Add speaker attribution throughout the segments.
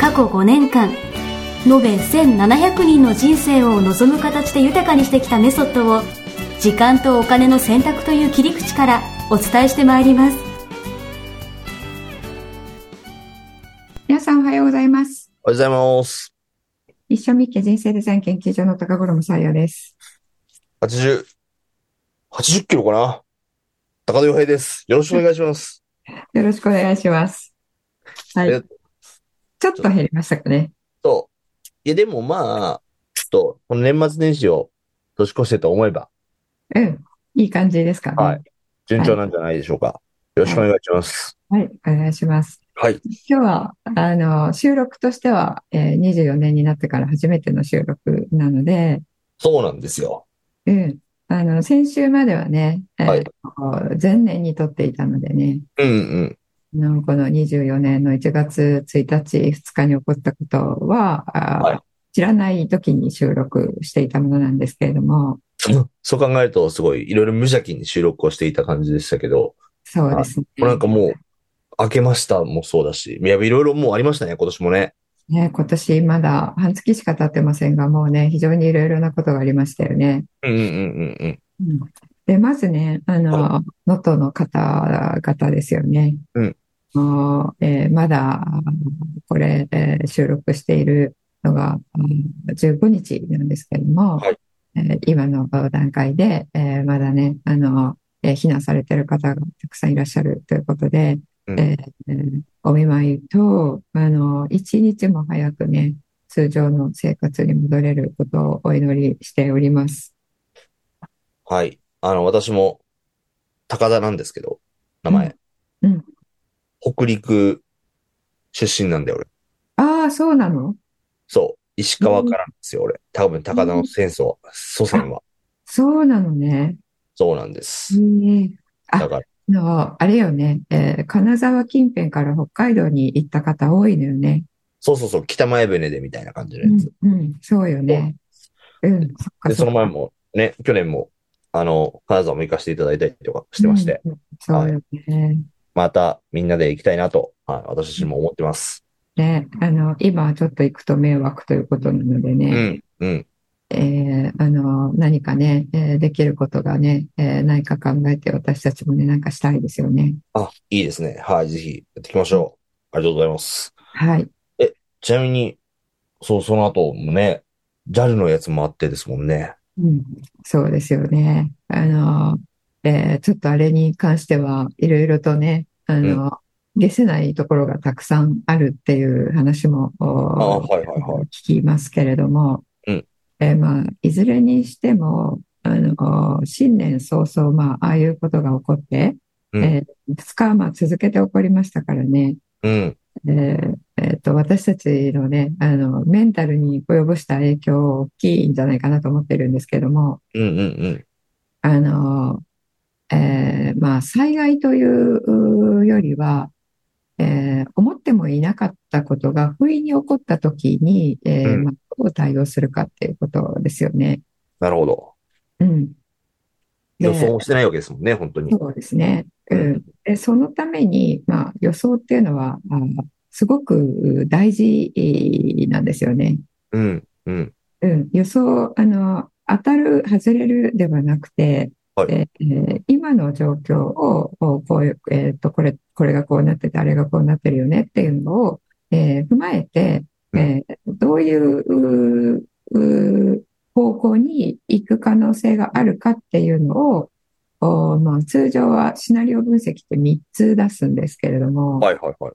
Speaker 1: 過去5年間延べ1700人の人生を望む形で豊かにしてきたメソッドを時間とお金の選択という切り口からお伝えしてまいります
Speaker 2: 皆さんおはようございます。
Speaker 3: おはようございます。
Speaker 2: 一生みっけ人生デザイン研究所の高頃もさやです。
Speaker 3: 80、80キロかな高田洋平です。よろしくお願いし ます。
Speaker 2: よろしくお願いします。はい
Speaker 3: えっ。
Speaker 2: ちょっと減りましたかね。
Speaker 3: と、いやでもまあ、ちょっと、この年末年始を年越してと思えば、
Speaker 2: うん。いい感じですかね。
Speaker 3: はい。順調なんじゃないでしょうか。よろしくお願いします。
Speaker 2: はい。お願いします。
Speaker 3: はい。
Speaker 2: 今日は、あの、収録としては、えー、24年になってから初めての収録なので、
Speaker 3: そうなんですよ。
Speaker 2: うん。あの、先週まではね、えー
Speaker 3: はい
Speaker 2: こう前年に撮っていたのでね、
Speaker 3: うんうん。
Speaker 2: あのこの24年の1月1日、2日に起こったことは、あー
Speaker 3: はい
Speaker 2: 知らない時に収録していたものなんですけれども、
Speaker 3: そう考えると、すごい、いろいろ無邪気に収録をしていた感じでしたけど、
Speaker 2: そうですね。
Speaker 3: もうなんかもう、明けましたもそうだし、いや、いろいろもうありましたね、今年もね。
Speaker 2: ね、今年まだ半月しか経ってませんが、もうね、非常にいろいろなことがありましたよね。
Speaker 3: うんうんうんうん
Speaker 2: で、まずね、あの、能登の方々ですよね。
Speaker 3: うん
Speaker 2: もうえーまだ、あのこれ、えー収録しているのが、うん15日なんですけれども、
Speaker 3: はい
Speaker 2: えー今の段階で、えーまだね、あの、えー避難されている方がたくさんいらっしゃるということで、
Speaker 3: うん
Speaker 2: えーお見舞いと、あの、一日も早くね、通常の生活に戻れることをお祈りしております。
Speaker 3: はい。あの、私も、高田なんですけど、名前。
Speaker 2: うんうん
Speaker 3: 北陸出身なんだよ、俺。
Speaker 2: ああ、そうなの
Speaker 3: そう。石川からなんですよ、俺。多分、高田の戦争は、祖先は。
Speaker 2: そうなのね。
Speaker 3: そうなんで
Speaker 2: いい
Speaker 3: す。
Speaker 2: ね。あ
Speaker 3: だから、
Speaker 2: あの、あれよね、えー金沢近辺から北海道に行った方多いのよね。
Speaker 3: そうそうそう、北前船でみたいな感じの
Speaker 2: う
Speaker 3: や
Speaker 2: ん
Speaker 3: つ。、
Speaker 2: うん、そうよね。うん、そっか
Speaker 3: で、
Speaker 2: そ
Speaker 3: そ
Speaker 2: っ
Speaker 3: の前
Speaker 2: か。
Speaker 3: も、ね、去年も、あの、金沢も行かせていただいたりとかしてまして、
Speaker 2: うん、そうよね。
Speaker 3: またみんなで行きたいなと、はい、私自身も思ってます。
Speaker 2: ね、あの、今はちょっと行くと迷惑ということなので
Speaker 3: う
Speaker 2: ね、
Speaker 3: ん、うん。
Speaker 2: えーあの、何かね、えーできることがね、えーないか考えて私たちもね、なんかしたいですよね。
Speaker 3: あ、いいですね。はい、ぜひ、やっていきましょう。ありがとうございます。
Speaker 2: はい。
Speaker 3: ちなみに、そう、その後もね、JAL のやつもあってですもんね。
Speaker 2: うん、そうですよね。あの、えーちょっとあれに関してはいろいろとね、あの、解せないところがたくさんあるっていう話も、
Speaker 3: あ
Speaker 2: お
Speaker 3: はいはいはい
Speaker 2: 聞きますけれども、
Speaker 3: うん
Speaker 2: えーまあ、いずれにしても、あの、新年早々、まあ、ああいうことが起こって、
Speaker 3: うん
Speaker 2: えー2日はまあ続けて起こりましたからね、
Speaker 3: うん。
Speaker 2: えーえーと、私たちのね、あの、メンタルに及ぼした影響大きいんじゃないかなと思ってるんですけども、
Speaker 3: うんうんうん。
Speaker 2: あの、えーまあ、災害というよりは、えー思ってもいなかったことが不意に起こったときに、えー
Speaker 3: うん
Speaker 2: まあ、どう対応するかっていうことですよね。
Speaker 3: なるほど。
Speaker 2: うん。で
Speaker 3: 予想もしてないわけですもんね、本当に。
Speaker 2: そうですね。う。
Speaker 3: うん
Speaker 2: で、そのために、まあ、予想っていうのは、あすごく大事なんですよね。
Speaker 3: うん、うん、
Speaker 2: うん、予想、あの、当たる、外れるではなくて、
Speaker 3: はい
Speaker 2: えー今の状況を、こうこういう、えっと、これ、これがこうなってて、あれがこうなってるよねっていうのを、えー踏まえて、えーどういう、うー方向に行く可能性があるかっていうのを、おまあ、通常はシナリオ分析って3つ出すんですけれども、
Speaker 3: はいはいはい。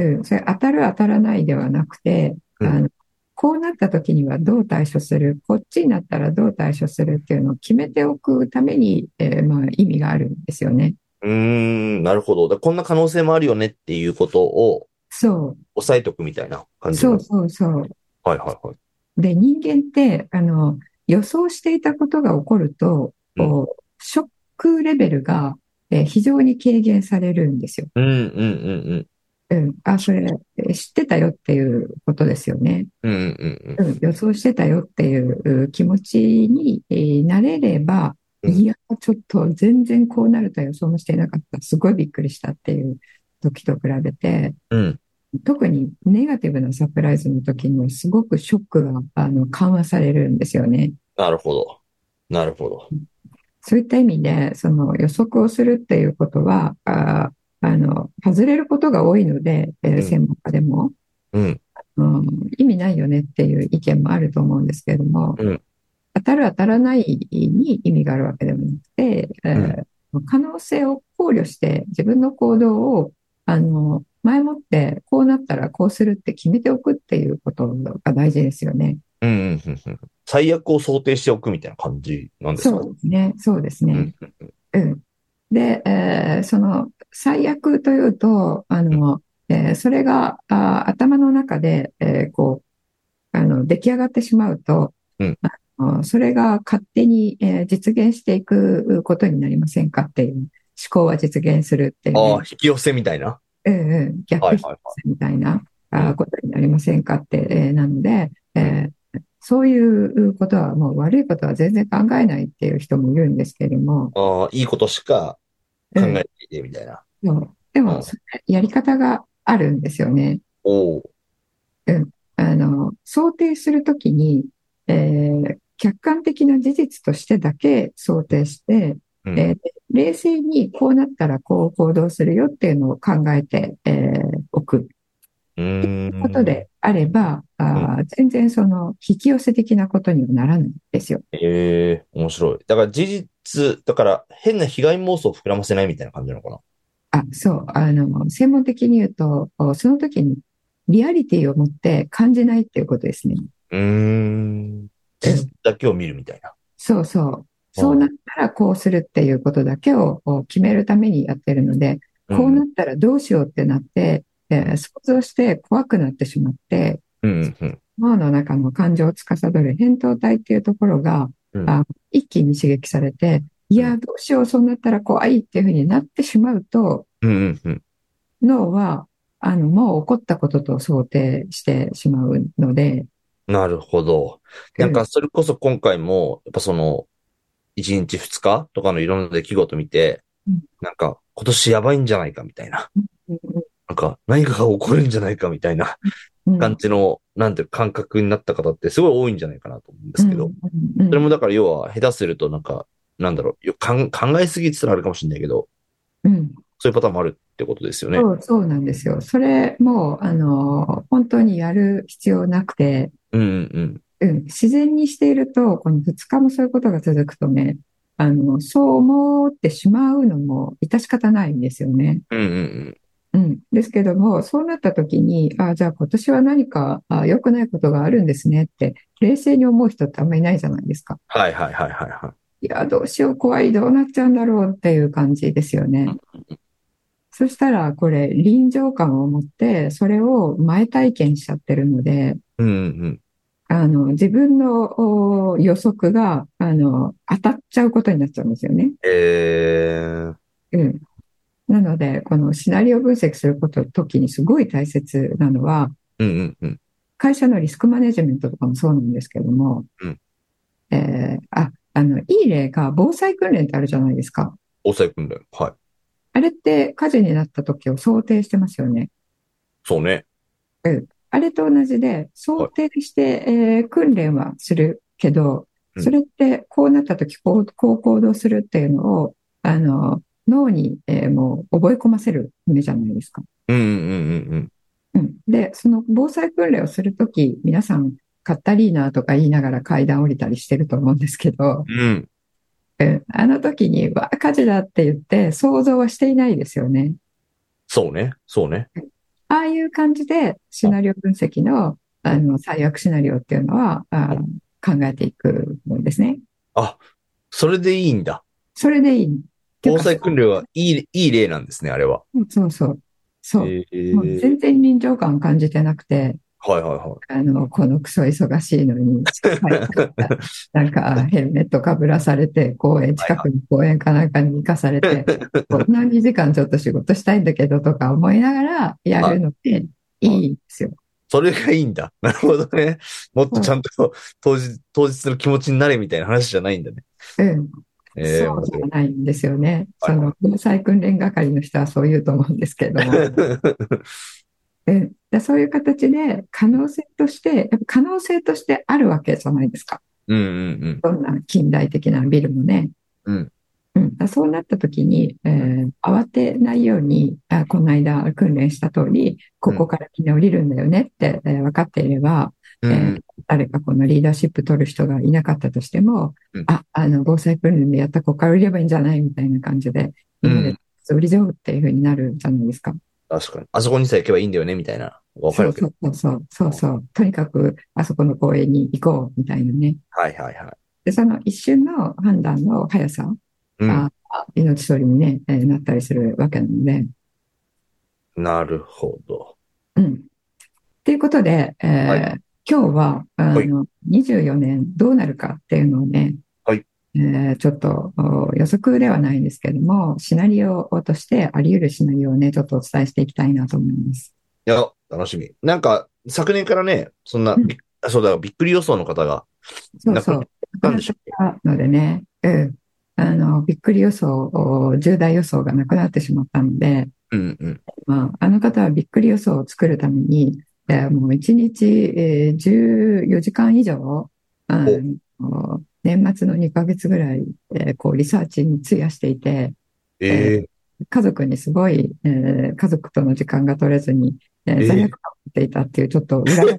Speaker 2: うん、それ当たる当たらないではなくて、
Speaker 3: うん
Speaker 2: あの、こうなった時にはどう対処する、こっちになったらどう対処するっていうのを決めておくために、えーまあ意味があるんですよね。
Speaker 3: うーん、なるほど。だからこんな可能性もあるよねっていうことを、
Speaker 2: そ
Speaker 3: 抑えとくみたいな感
Speaker 2: う、
Speaker 3: じな
Speaker 2: そ
Speaker 3: ん
Speaker 2: う
Speaker 3: です
Speaker 2: そうそう。
Speaker 3: はいはいはい。
Speaker 2: で、人間って、あの、予想していたことが起こると、
Speaker 3: うん
Speaker 2: こうショックレベルが、えー非常に軽減されるんですよ。
Speaker 3: うんうん
Speaker 2: うん。あ、それ、えー知ってたよっていうことですよね。
Speaker 3: うんうん。うんうん
Speaker 2: うん。予想してたよっていうう気持ちに、えーなれれば、
Speaker 3: うん
Speaker 2: いや、ちょっと全然こうなるとは予想もしていなかった。すごいびっくりしたっていう時と比べて、
Speaker 3: うん。うん。
Speaker 2: 特にネガティブなサプライズの時にすごくショックがあの緩和されるんですよね。
Speaker 3: なるほど。なるほど。
Speaker 2: そういった意味で、その予測をするっていうことは、あー、あの、外れることが多いので、えー
Speaker 3: うん
Speaker 2: 専門家でも、
Speaker 3: うん。
Speaker 2: うん、意味ないよねっていう意見もあると思うんですけれども、
Speaker 3: うん
Speaker 2: 当たる当たらないに意味があるわけでもなくて、えー可能性を考慮して自分の行動を、あの、前もってこうなったらこうするって決めておくっていうことが大事ですよね。
Speaker 3: うんうんうんうん。最悪を想定しておくみたいな感じなんですか
Speaker 2: そうですね。そうですね。
Speaker 3: うん
Speaker 2: うん。で、えーその最悪というと、あの、えーそれがあー頭の中で、えーこう、あの、出来上がってしまうと、
Speaker 3: うん
Speaker 2: あのそれが勝手に、えー実現していくことになりませんかっていう、思考は実現するっていう、
Speaker 3: ああ、引き寄せみたいな。
Speaker 2: うんうん、逆
Speaker 3: はい
Speaker 2: 引き
Speaker 3: はいはい。
Speaker 2: みたいな
Speaker 3: う
Speaker 2: あ
Speaker 3: ん
Speaker 2: ことになりませんかって、えーなので、
Speaker 3: うん
Speaker 2: えーそういうことはもう悪いことは全然考えないっていう人もいるんですけれども、
Speaker 3: ああ、いいことしか
Speaker 2: う
Speaker 3: 考え
Speaker 2: ん
Speaker 3: ないでみたいな。
Speaker 2: そう。で
Speaker 3: うん
Speaker 2: も、それやり方があるんですよね。
Speaker 3: おお。
Speaker 2: あの、想定するときに、えー客観的な事実としてだけ想定して、
Speaker 3: うん
Speaker 2: えー冷静にこうなったらこう行動するよっていうのを考えて、えーおく
Speaker 3: うーん。
Speaker 2: ことであれば、あー全然その引き寄せ的なことにはならないんですよ。
Speaker 3: ええ、面白い。だから事実、だから変な被害妄想を膨らませないみたいな感じなのかな。
Speaker 2: あ、そう、あの、専門的に言うと、おその時にリアリティを持って感じないっていうことですね。
Speaker 3: うーん。事実だけを見るみたいな。
Speaker 2: そうそう。そうなったらこうするっていうことだけをこう決めるためにやってるので、こうなったらどうしようってなって、えー想像して怖くなってしまって、
Speaker 3: うんうんうん。
Speaker 2: 脳の中の感情を司る扁桃体っていうところが、
Speaker 3: うん
Speaker 2: あ一気に刺激されて、いやー、どうしよう、そうなったら怖いっていうふうになってしまうと、
Speaker 3: うんうんうん。
Speaker 2: 脳は、あの、もう起こったことと想定してしまうので、
Speaker 3: なるほど。なんか、それこそ今回も、やっぱその、1日2日とかのいろんな出来事見て
Speaker 2: うん、
Speaker 3: なんか、今年やばいんじゃないかみたいな。なんか、何かが起こるんじゃないかみたいな
Speaker 2: うん
Speaker 3: 感じの、なんていうか感覚になった方ってすごい多いんじゃないかなと思うんですけど、
Speaker 2: うんうん
Speaker 3: それもだから要は、下手するとなんか、なんだろう、よかん考えすぎって言ったらあるかもしれないけど、
Speaker 2: うん
Speaker 3: そういうパターンもあるってことですよね。
Speaker 2: そう、そうなんですよ。それも、あの、本当にやる必要なくて、
Speaker 3: うん
Speaker 2: う
Speaker 3: うん
Speaker 2: ん、自然にしていると、この2日もそういうことが続くとね、あの、そう思ってしまうのも致し方ないんですよね。
Speaker 3: うん。うんうん
Speaker 2: うん。ですけども、そうなった時に、あ、じゃあ今年は何か、あ、良くないことがあるんですねって、冷静に思う人ってあんまりいないじゃないですか。
Speaker 3: はいはいはいはいはい
Speaker 2: や、どうしよう、怖い、どうなっちゃうんだろうっていう感じですよね。そしたら、これ、臨場感を持って、それを前体験しちゃってるので、
Speaker 3: い。うんうん。
Speaker 2: あの、自分のお予測が、あの、当たっちゃうことになっちゃうんですよね。
Speaker 3: えー。
Speaker 2: うん。なので、このシナリオ分析すること、時にすごい大切なのは、
Speaker 3: うんうんうん。
Speaker 2: 会社のリスクマネジメントとかもそうなんですけども、
Speaker 3: うん
Speaker 2: えーあ、あの、いい例が防災訓練ってあるじゃないですか。
Speaker 3: 抑え訓練。はい。
Speaker 2: あれって火事になった時を想定してますよね。
Speaker 3: そうね。
Speaker 2: あれと同じで、想定して、えー訓練はするけど、
Speaker 3: うん
Speaker 2: それってこうなった時こう、こう行動するっていうのを、あの、脳に、えーもう覚え込ませるためじゃないですか。
Speaker 3: うんうんうん
Speaker 2: うん。で、その防災訓練をするとき、皆さん、カッタリーナとか言いながら階段降りたりしてると思うんですけど、
Speaker 3: うん。うん。
Speaker 2: うん、あの時に、わあ、火事だって言って想像はしていないですよね。
Speaker 3: そうね。そうね。
Speaker 2: ああいう感じでシナリオ分析の、あの、最悪シナリオっていうのは、あ考えていくんですね。
Speaker 3: あ、それでいいんだ。
Speaker 2: それでいい。
Speaker 3: 防災訓
Speaker 2: 練
Speaker 3: 練はいい、いい例なんですね、あれは。
Speaker 2: そうそう。そう。
Speaker 3: ええ
Speaker 2: もう全然臨場感感じてなくて、
Speaker 3: はいはいは
Speaker 2: あの、このクソ忙しいのに、 なんかヘルメットかぶらされて、公園、近くに公園かなんかに行かされて、こんな2時間ちょっと仕事したいんだけどとか思いながらやるのっていいんですよ。
Speaker 3: それがいいんだ。 なるほどね。もっとちゃんと当日、当日の気持ちになれみたいな話じゃないんだね。
Speaker 2: うん。
Speaker 3: ええ
Speaker 2: そうじゃないんですよね。
Speaker 3: は
Speaker 2: そ
Speaker 3: い
Speaker 2: の、防災訓練係の人はそう言うと思うんですけれ ども。
Speaker 3: 面白い
Speaker 2: うんでそういう形で、可能性として、やっぱ可能性としてあるわけじゃないですか。
Speaker 3: うんうんうん。
Speaker 2: どんな近代的なビルもね。
Speaker 3: うん。
Speaker 2: うん、だそうなった時に、えー慌てないように、あ、この間訓練した通り、ここからみんな降りるんだよねって、えー分かっていれば、
Speaker 3: う
Speaker 2: え
Speaker 3: んう
Speaker 2: ー
Speaker 3: ん
Speaker 2: 誰かこのリーダーシップ取る人がいなかったとしても、
Speaker 3: うん
Speaker 2: あ、あの、防災訓練でやったここから降りればいいんじゃないみたいな感じで、
Speaker 3: う
Speaker 2: み
Speaker 3: ん
Speaker 2: んなで降りちゃうっていう風になるじゃないですか。
Speaker 3: 確かに。あそこにさえ行けばいいんだよね、みたいな。わかるわけ
Speaker 2: そうそうそうそうそう。とにかく、あそこの公園に行こうみたいなね。
Speaker 3: はいはいはい。
Speaker 2: で、その一瞬の判断の速さ
Speaker 3: うん
Speaker 2: あ。命取りに、ねえーなったりするわけなので。
Speaker 3: なるほど。
Speaker 2: うん。ということで、えー
Speaker 3: は
Speaker 2: 今日はあの、24年どうなるかっていうのをね、
Speaker 3: はい
Speaker 2: えーちょっとお予測ではないんですけども、シナリオとしてあり得るシナリオをね、ちょっとお伝えしていきたいなと思います。
Speaker 3: いや、楽しみ。なんか、昨年からね、そんな、
Speaker 2: うん
Speaker 3: びっあそうだ、びっくり予想の方が、
Speaker 2: そうそう。
Speaker 3: なんでしょう
Speaker 2: なくなったのでね、うん。あの、びっくり予想、お重大予想がなくなってしまったので、
Speaker 3: うんうん。
Speaker 2: まあ、あの方はびっくり予想を作るために、えーもう1日、えー14時間以上、あの年末の2ヶ月ぐらい、えーこうリサーチに費やしていて、
Speaker 3: ええ
Speaker 2: 家族にすごい、えー家族との時間が取れずに、えー
Speaker 3: ええ
Speaker 2: 罪悪感を持っていたっていう、ちょっと裏が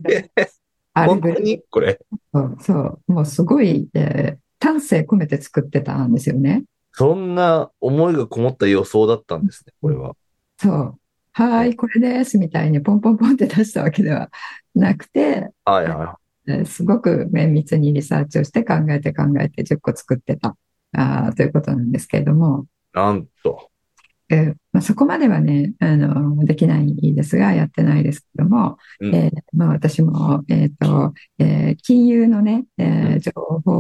Speaker 2: ある
Speaker 3: 本
Speaker 2: ぐ
Speaker 3: 当
Speaker 2: らい
Speaker 3: にこれ。
Speaker 2: そう、そう、もうすごい、えー丹精込めて作ってたんですよね。
Speaker 3: そんな思いがこもった予想だったんですね、これは。
Speaker 2: そう。はーい、これです、みたいにポンポンポンって出したわけではなくて、
Speaker 3: はいは
Speaker 2: えーすごく綿密にリサーチをして考えて考えて10個作ってた、あーということなんですけれども、
Speaker 3: い。なんと。
Speaker 2: えーまあ、そこまではね、あの、できないですが、やってないですけども、
Speaker 3: うん
Speaker 2: えーまあ、私も、えっと、えー金融のね、えー
Speaker 3: うん
Speaker 2: 情報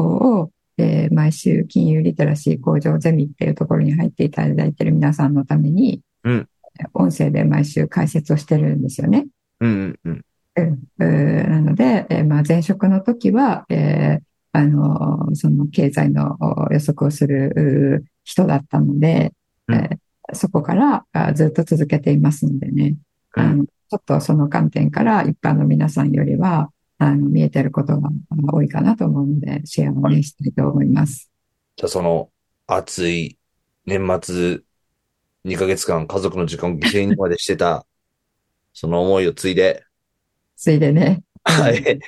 Speaker 2: を、えー毎週金融リテラシー向上ゼミっていうところに入っていただいてる皆さんのために、
Speaker 3: うん
Speaker 2: えー音声で毎週解説をしてるんですよね。
Speaker 3: うんうんうん。
Speaker 2: うんなので、えーまあ、前職の時は、えーあのーその経済のお予測をするう人だったので、
Speaker 3: うん
Speaker 2: えーそこからあずっと続けていますのでね、
Speaker 3: う
Speaker 2: あ
Speaker 3: ん
Speaker 2: のちょっとその観点から一般の皆さんよりはあの見えてることが多いかなと思うので、シェアを、ね、したいと思います。
Speaker 3: じゃあその暑い年末2ヶ月間家族の時間を犠牲にまでして た、その思いを継いで、
Speaker 2: ついでね、
Speaker 3: はい。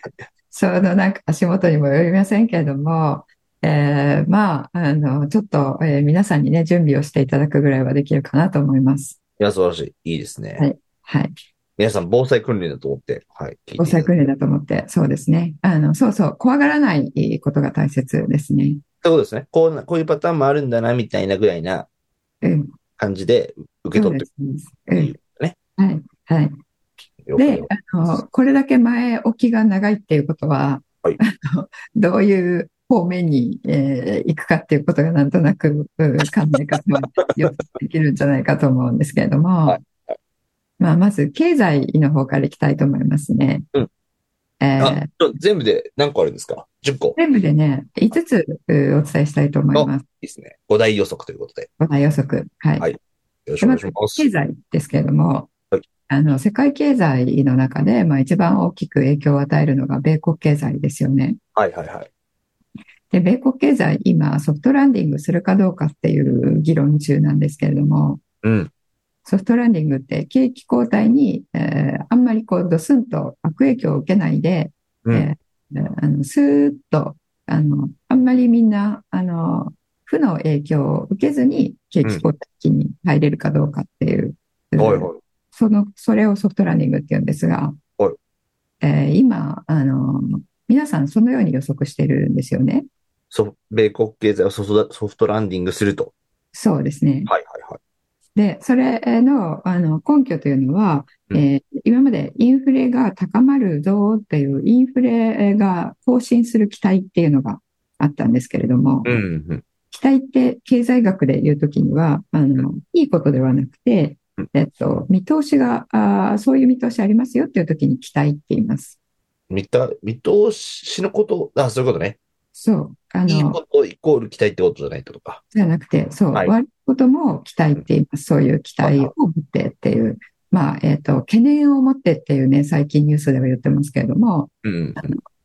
Speaker 2: そのなんか足元にもよりませんけれども、えーまあ、あの、ちょっと、えー皆さんにね、準備をしていただくぐらいはできるかなと思います。
Speaker 3: いや、素晴らしい。いいですね。
Speaker 2: はいはい。
Speaker 3: 皆さん防災訓練だと思って、はい。聞いていた
Speaker 2: 防災
Speaker 3: だいて
Speaker 2: 訓練だと思って、そうですね。あの、そうそう、怖がらないことが大切ですね。
Speaker 3: ってことですね。こうな、こういうパターンもあるんだな、みたいなぐらいな
Speaker 2: うん。
Speaker 3: 感じで受け
Speaker 2: そう
Speaker 3: 取っ
Speaker 2: で
Speaker 3: て
Speaker 2: す。そうです
Speaker 3: くれ
Speaker 2: う
Speaker 3: る
Speaker 2: ん。
Speaker 3: ね。
Speaker 2: はい。はい。
Speaker 3: 了解
Speaker 2: で、あの、これだけ前置きが長いっていうことは、
Speaker 3: はい
Speaker 2: あのどういう方面に、えー行くかっていうことがなんとなく、うん考え方はよくできるんじゃないかと思うんですけれども、
Speaker 3: はい
Speaker 2: まあ、まず経済の方からいきたいと思いますね。
Speaker 3: うん
Speaker 2: えー
Speaker 3: あ、ちょ全部で何個あるんですか ?10 個。
Speaker 2: 全部でね、5つうんお伝えしたいと思います。
Speaker 3: いいですね。5大予測ということで。
Speaker 2: まあ予測。はい。
Speaker 3: はいよろしくお願いします。
Speaker 2: 経済ですけれども、
Speaker 3: はい
Speaker 2: あの、世界経済の中で、まあ、一番大きく影響を与えるのが米国経済ですよね。
Speaker 3: はいはいはい。
Speaker 2: で、米国経済、今、ソフトランディングするかどうかっていう議論中なんですけれども、
Speaker 3: うん。
Speaker 2: ソフトランディングって景気後退に、えーあんまりこう、ドスンと悪影響を受けないで、
Speaker 3: うん。
Speaker 2: えーあのスーッと、あの、あんまりみんな、あの、負の影響を受けずに、景気後退期に入れるかどうかっていう、
Speaker 3: はいはい。
Speaker 2: その、それをソフトランディングって言うんですが、
Speaker 3: はい
Speaker 2: えー今、あの、皆さんそのように予測してるんですよね。
Speaker 3: そ米国経済をソフトソフトランディングすると。
Speaker 2: そうですね。
Speaker 3: はいはいはい。
Speaker 2: で、それの、あの、根拠というのは、
Speaker 3: うん
Speaker 2: えー今までインフレが高まるぞっていう、インフレが更新する期待っていうのがあったんですけれども、
Speaker 3: うん、うん、
Speaker 2: 期待って経済学で言うときには、あの、いいことではなくて
Speaker 3: うん、
Speaker 2: えっと、見通しが、あーそういう見通しありますよっていうときに期待って言います。
Speaker 3: 見た、見通しのこと、あ、そういうことね。
Speaker 2: そう。あ
Speaker 3: いい
Speaker 2: の、
Speaker 3: ことイコール期待ってことじゃないってことか。
Speaker 2: じゃなくて、そう、
Speaker 3: はい
Speaker 2: 悪いことも期待って言います。そういう期待を持ってっていう。まあ、えっ、と、懸念を持ってっていうね、最近ニュースでは言ってますけれども、
Speaker 3: うん、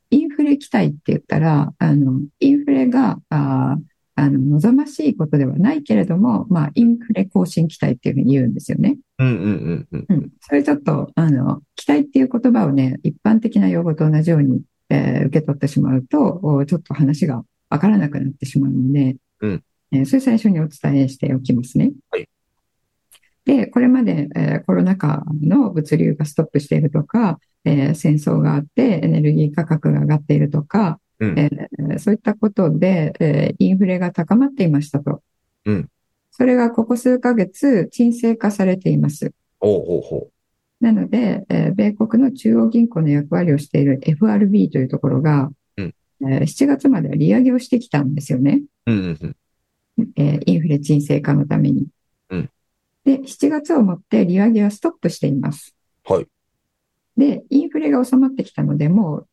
Speaker 2: インフレ期待って言ったら、あの、インフレが、あーあの、望ましいことではないけれども、まあ、インフレ更新期待っていうふうに言うんですよね。
Speaker 3: うん、うん、うん、
Speaker 2: うん。それちょっと、あの、期待っていう言葉をね、一般的な用語と同じように、えー受け取ってしまうと、おちょっと話がわからなくなってしまうので、
Speaker 3: うん
Speaker 2: えーそれ最初にお伝えしておきますね。
Speaker 3: はい
Speaker 2: で、これまで、えーコロナ禍の物流がストップしているとか、えー戦争があってエネルギー価格が上がっているとか、
Speaker 3: うん
Speaker 2: えーそういったことで、えーインフレが高まっていましたと。
Speaker 3: うん
Speaker 2: それがここ数ヶ月、沈静化されています。
Speaker 3: おうほうほ
Speaker 2: なので、えー米国の中央銀行の役割をしている FRB というところが、
Speaker 3: うん
Speaker 2: えー7月までは利上げをしてきたんですよね。
Speaker 3: う。うん、うん、うん。
Speaker 2: えーインフレ沈静化のために。
Speaker 3: うん
Speaker 2: で、7月をもって利上げはストップしています。
Speaker 3: はい。
Speaker 2: で、インフレが収まってきたので、もう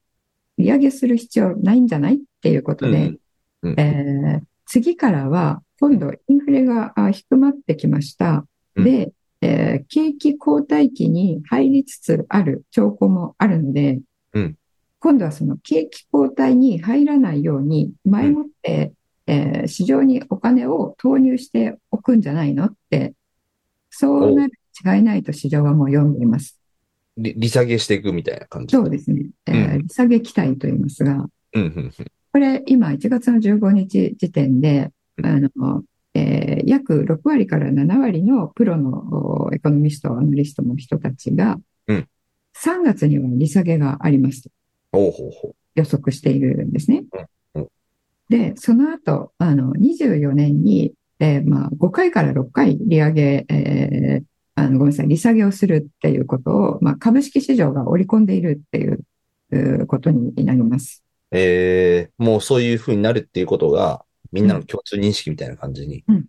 Speaker 2: 利上げする必要ないんじゃないっていうこと
Speaker 3: うんう
Speaker 2: で
Speaker 3: ん、うん
Speaker 2: えー次からは今度インフレがあ低まってきました。
Speaker 3: うん
Speaker 2: で、えー景気後退期に入りつつある兆候もあるので、
Speaker 3: うん
Speaker 2: 今度はその景気後退に入らないように前もって、えー市場にお金を投入しておくんじゃないのって、そうなるに違いないと市場はもう読んでいます。
Speaker 3: り利下げしていくみたいな感じ。
Speaker 2: そうですね。えー
Speaker 3: う
Speaker 2: 利下げ期待と言いますが、
Speaker 3: うん、うん、
Speaker 2: これ、今、1月の15日時点で、
Speaker 3: うん
Speaker 2: あの、えー約6割から7割のプロのおエコノミスト、アナリストの人たちが、
Speaker 3: うん
Speaker 2: 3月には利下げがありますと
Speaker 3: おうほうほ
Speaker 2: 予測しているんですね
Speaker 3: うんうん。
Speaker 2: で、その後、あの、24年に、えーまあ、5回から6回利上げ、えーあの、ごめんなさい、利下げをするっていうことを、まあ、株式市場が織り込んでいるっていううーことになります。
Speaker 3: う。えー、もうそういう風になるっていうことが、みんなの共通認識みたいな感じに
Speaker 2: うん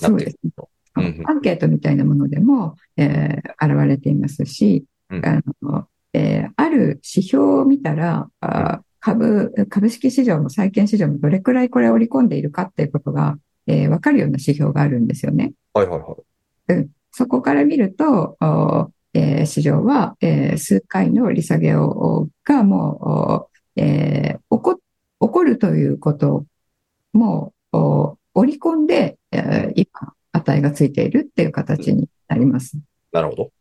Speaker 3: なってると。
Speaker 2: ア
Speaker 3: うんうん
Speaker 2: ンケートみたいなものでも、えー現れていますし、
Speaker 3: うん
Speaker 2: あのえーある指標を見たら、あー株、株式市場も債券市場もどれくらいこれを織り込んでいるかっていうことが、えーわかるような指標があるんですよね。
Speaker 3: はいはいはい。
Speaker 2: そこから見ると、おえー市場は、えー数回の利下げをおがもう、おえー起こ起こるということもお織り込んで、えー今、値がついているっていう形になります。
Speaker 3: なるほど。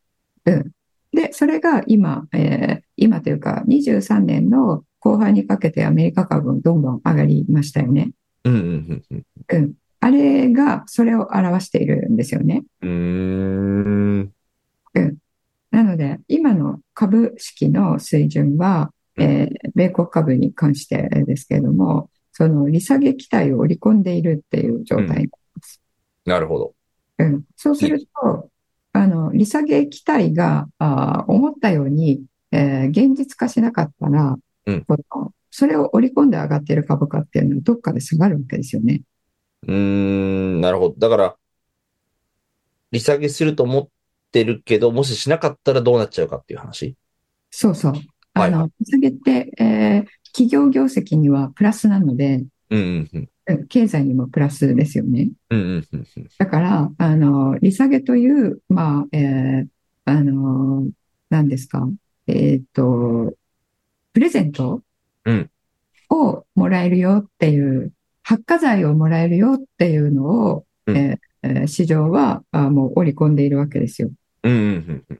Speaker 2: で、それが今、えー今というか23年の後半にかけてアメリカ株どんどん上がりましたよね。
Speaker 3: うん、うん、うん、
Speaker 2: うん。あれが、それを表しているんですよね。
Speaker 3: うん。うーん。
Speaker 2: なので、今の株式の水準は、えー米国株に関してですけれども、その利下げ期待を織り込んでいるっていう状態。
Speaker 3: なるほど。
Speaker 2: うんそうすると、あの、利下げ期待が、あー思ったように、えー現実化しなかったら、
Speaker 3: うん
Speaker 2: このそれを織り込んで上がっている株価っていうのはどっかで下がるわけですよね。
Speaker 3: うーん、なるほど。だから、利下げすると思ってるけど、もししなかったらどうなっちゃうかっていう話。
Speaker 2: そうそう。あ
Speaker 3: はいは
Speaker 2: の、利下げって、えー企業業績にはプラスなので、
Speaker 3: うん、うん、うん。
Speaker 2: うん経済にもプラスですよね。
Speaker 3: うん、うん、うんうん。
Speaker 2: だから、あの、利下げという、まあ、えーあの、何ですか、えーっと、プレゼント
Speaker 3: うん
Speaker 2: をもらえるよっていう、発火剤をもらえるよっていうのを、
Speaker 3: うん
Speaker 2: えーえー市場はあもう織り込んでいるわけですよ。
Speaker 3: うん、うん、うん。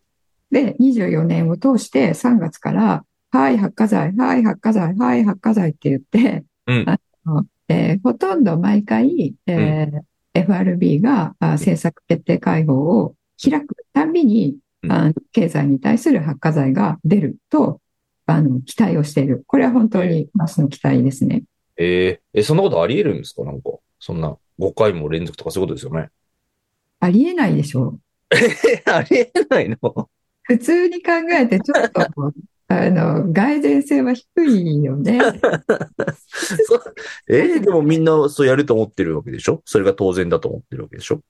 Speaker 2: で、24年を通して3月から、はい、発火剤、はい、発火剤、はい、発火剤って言って、
Speaker 3: うん
Speaker 2: あのえーほとんど毎回、えー FRB があ政策決定会合を開くたんびに、
Speaker 3: うん
Speaker 2: あの経済に対する発火剤が出るとあの期待をしている。これは本当にマスの期待ですね。
Speaker 3: えー、え、そんなことあり得るんですかなんか、そんな5回も連続とかそういうことですよね。
Speaker 2: ありえないでしょ。
Speaker 3: ありえない の
Speaker 2: 普通に考えてちょっ と、あの、外然性は低いよね。
Speaker 3: えーでもみんなそうやると思ってるわけでしょそれが当然だと思ってるわけでしょ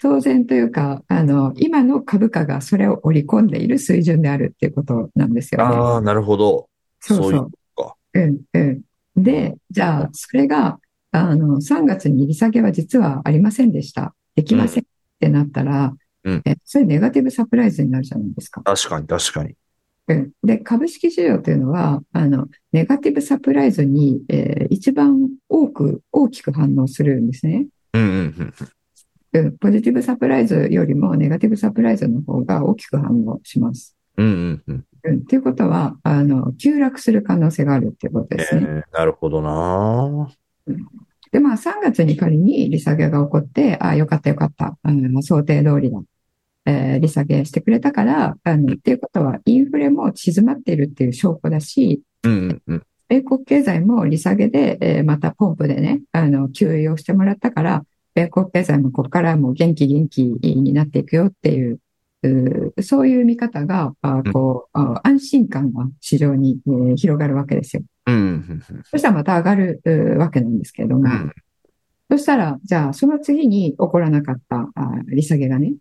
Speaker 2: 当然というか、あの、今の株価がそれを織り込んでいる水準であるっていうことなんですよね。
Speaker 3: ああ、なるほど。
Speaker 2: そうそう
Speaker 3: そういうことか。
Speaker 2: うん、うん。で、じゃあ、それが、あの、3月に利下げは実はありませんでした。できませんってなったら、
Speaker 3: うん
Speaker 2: えそれネガティブサプライズになるじゃないですか。
Speaker 3: 確かに、確かに。
Speaker 2: うんで、株式市場というのは、あの、ネガティブサプライズに、えー一番多く、大きく反応するんですね。
Speaker 3: うんうんうん。
Speaker 2: うん、ポジティブサプライズよりもネガティブサプライズの方が大きく反応します。
Speaker 3: うんうんうん。
Speaker 2: うん、ということは、あの、急落する可能性があるっていうことですね。
Speaker 3: えーなるほどな
Speaker 2: で、まあ、3月に仮に利下げが起こって、ああ、よかったよかった。あの、想定通りだ。えー利下げしてくれたから、あの、っていうことは、インフレも静まっているっていう証拠だし、
Speaker 3: うんうんうん。
Speaker 2: 米国経済も利下げで、えーまたポンプでね、あの、給油をしてもらったから、米国経済もここからもう元気元気になっていくよっていう、うーそういう見方が、あーこう、あー安心感が市場に、えー広がるわけですよ。
Speaker 3: うんうんうん
Speaker 2: そしたらまた上がるうーわけなんですけれども、
Speaker 3: うん。
Speaker 2: そしたら、じゃあ、その次に起こらなかった、あー利下げがね。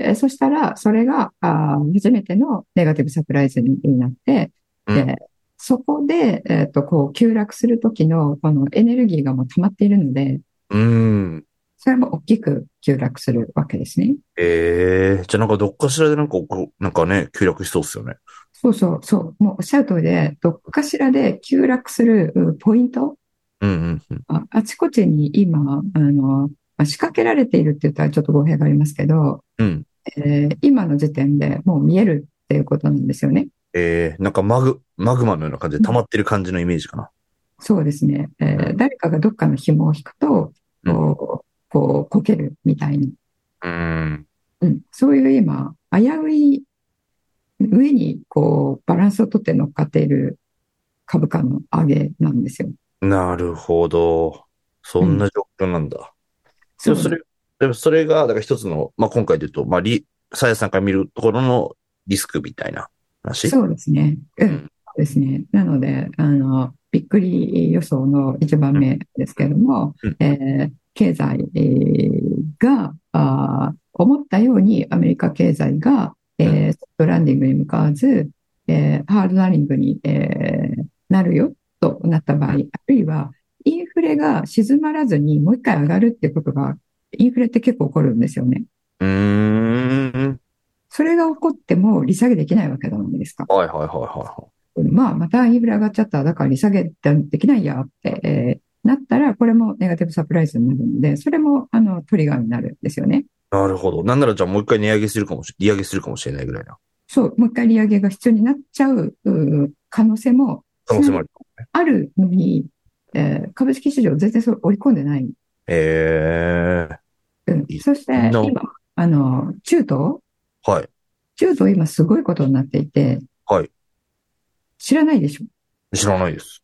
Speaker 2: えーそしたら、それが、あー初めてのネガティブサプライズになって、
Speaker 3: うん
Speaker 2: でそこで、えっ、と、こう、急落する時の、このエネルギーがもう溜まっているので、
Speaker 3: うん。
Speaker 2: それも大きく急落するわけですね。
Speaker 3: ええじゃあなんかどっかしらでなんかこう、なんかね、急落しそうっすよね。
Speaker 2: そうそう、そう。もうおっしゃる通りで、どっかしらで急落するうポイント、
Speaker 3: うんうんうん。
Speaker 2: ああちこちに今、あの、まあ仕掛けられているって言ったらちょっと語弊がありますけど、
Speaker 3: うん。
Speaker 2: えー今の時点でもう見えるっていうことなんですよね。
Speaker 3: ええなんかマグ、マグマのような感じで溜まってる感じのイメージかな。
Speaker 2: そうですね。えー
Speaker 3: うん
Speaker 2: 誰かがどっかの紐を引くと、
Speaker 3: うん
Speaker 2: こう、こう、こけるみたいに。
Speaker 3: うん。
Speaker 2: うん、そういう今、危うい上に、こう、バランスをとって乗っかっている株価の上げなんですよ。
Speaker 3: なるほど。そんな状況なんだ。で
Speaker 2: そ
Speaker 3: も
Speaker 2: う
Speaker 3: それ、でもそれが、だから一つの、まあ、今回で言うと、まあ、リ、さやさんから見るところのリスクみたいな話。
Speaker 2: そうですね。うん、
Speaker 3: うん
Speaker 2: そうですね。なので、あの、びっくり予想の一番目ですけれども、
Speaker 3: うん
Speaker 2: えー経済えーが、あー思ったようにアメリカ経済が、えーソフトランディングに向かわず、えーハードランディングに、えーなるよとなった場合、あるいはインフレが静まらずにもう一回上がるっていうことが、インフレって結構起こるんですよね。
Speaker 3: うーん。
Speaker 2: それが起こっても利下げできないわけじゃないですか。
Speaker 3: はいはいはいは
Speaker 2: まあ、またインフレ上がっちゃった、だから利下げできないやって、えーなったら、これもネガティブサプライズになるので、それも、あの、トリガーになるんですよね。
Speaker 3: い。なるほど。なんならじゃあもう一回値上げするかもし、利上げするかもしれないぐらいな
Speaker 2: そう、もう一回利上げが必要になっちゃう、うー可能性も
Speaker 3: 可能性もある。
Speaker 2: あるのに、えー株式市場全然それ織り込んでない。
Speaker 3: ええ
Speaker 2: うん
Speaker 3: いい
Speaker 2: そして、
Speaker 3: な
Speaker 2: 今、あの、中東
Speaker 3: はい。
Speaker 2: 中東今すごいことになっていて、
Speaker 3: はい
Speaker 2: 知らないでしょ
Speaker 3: 知らないです。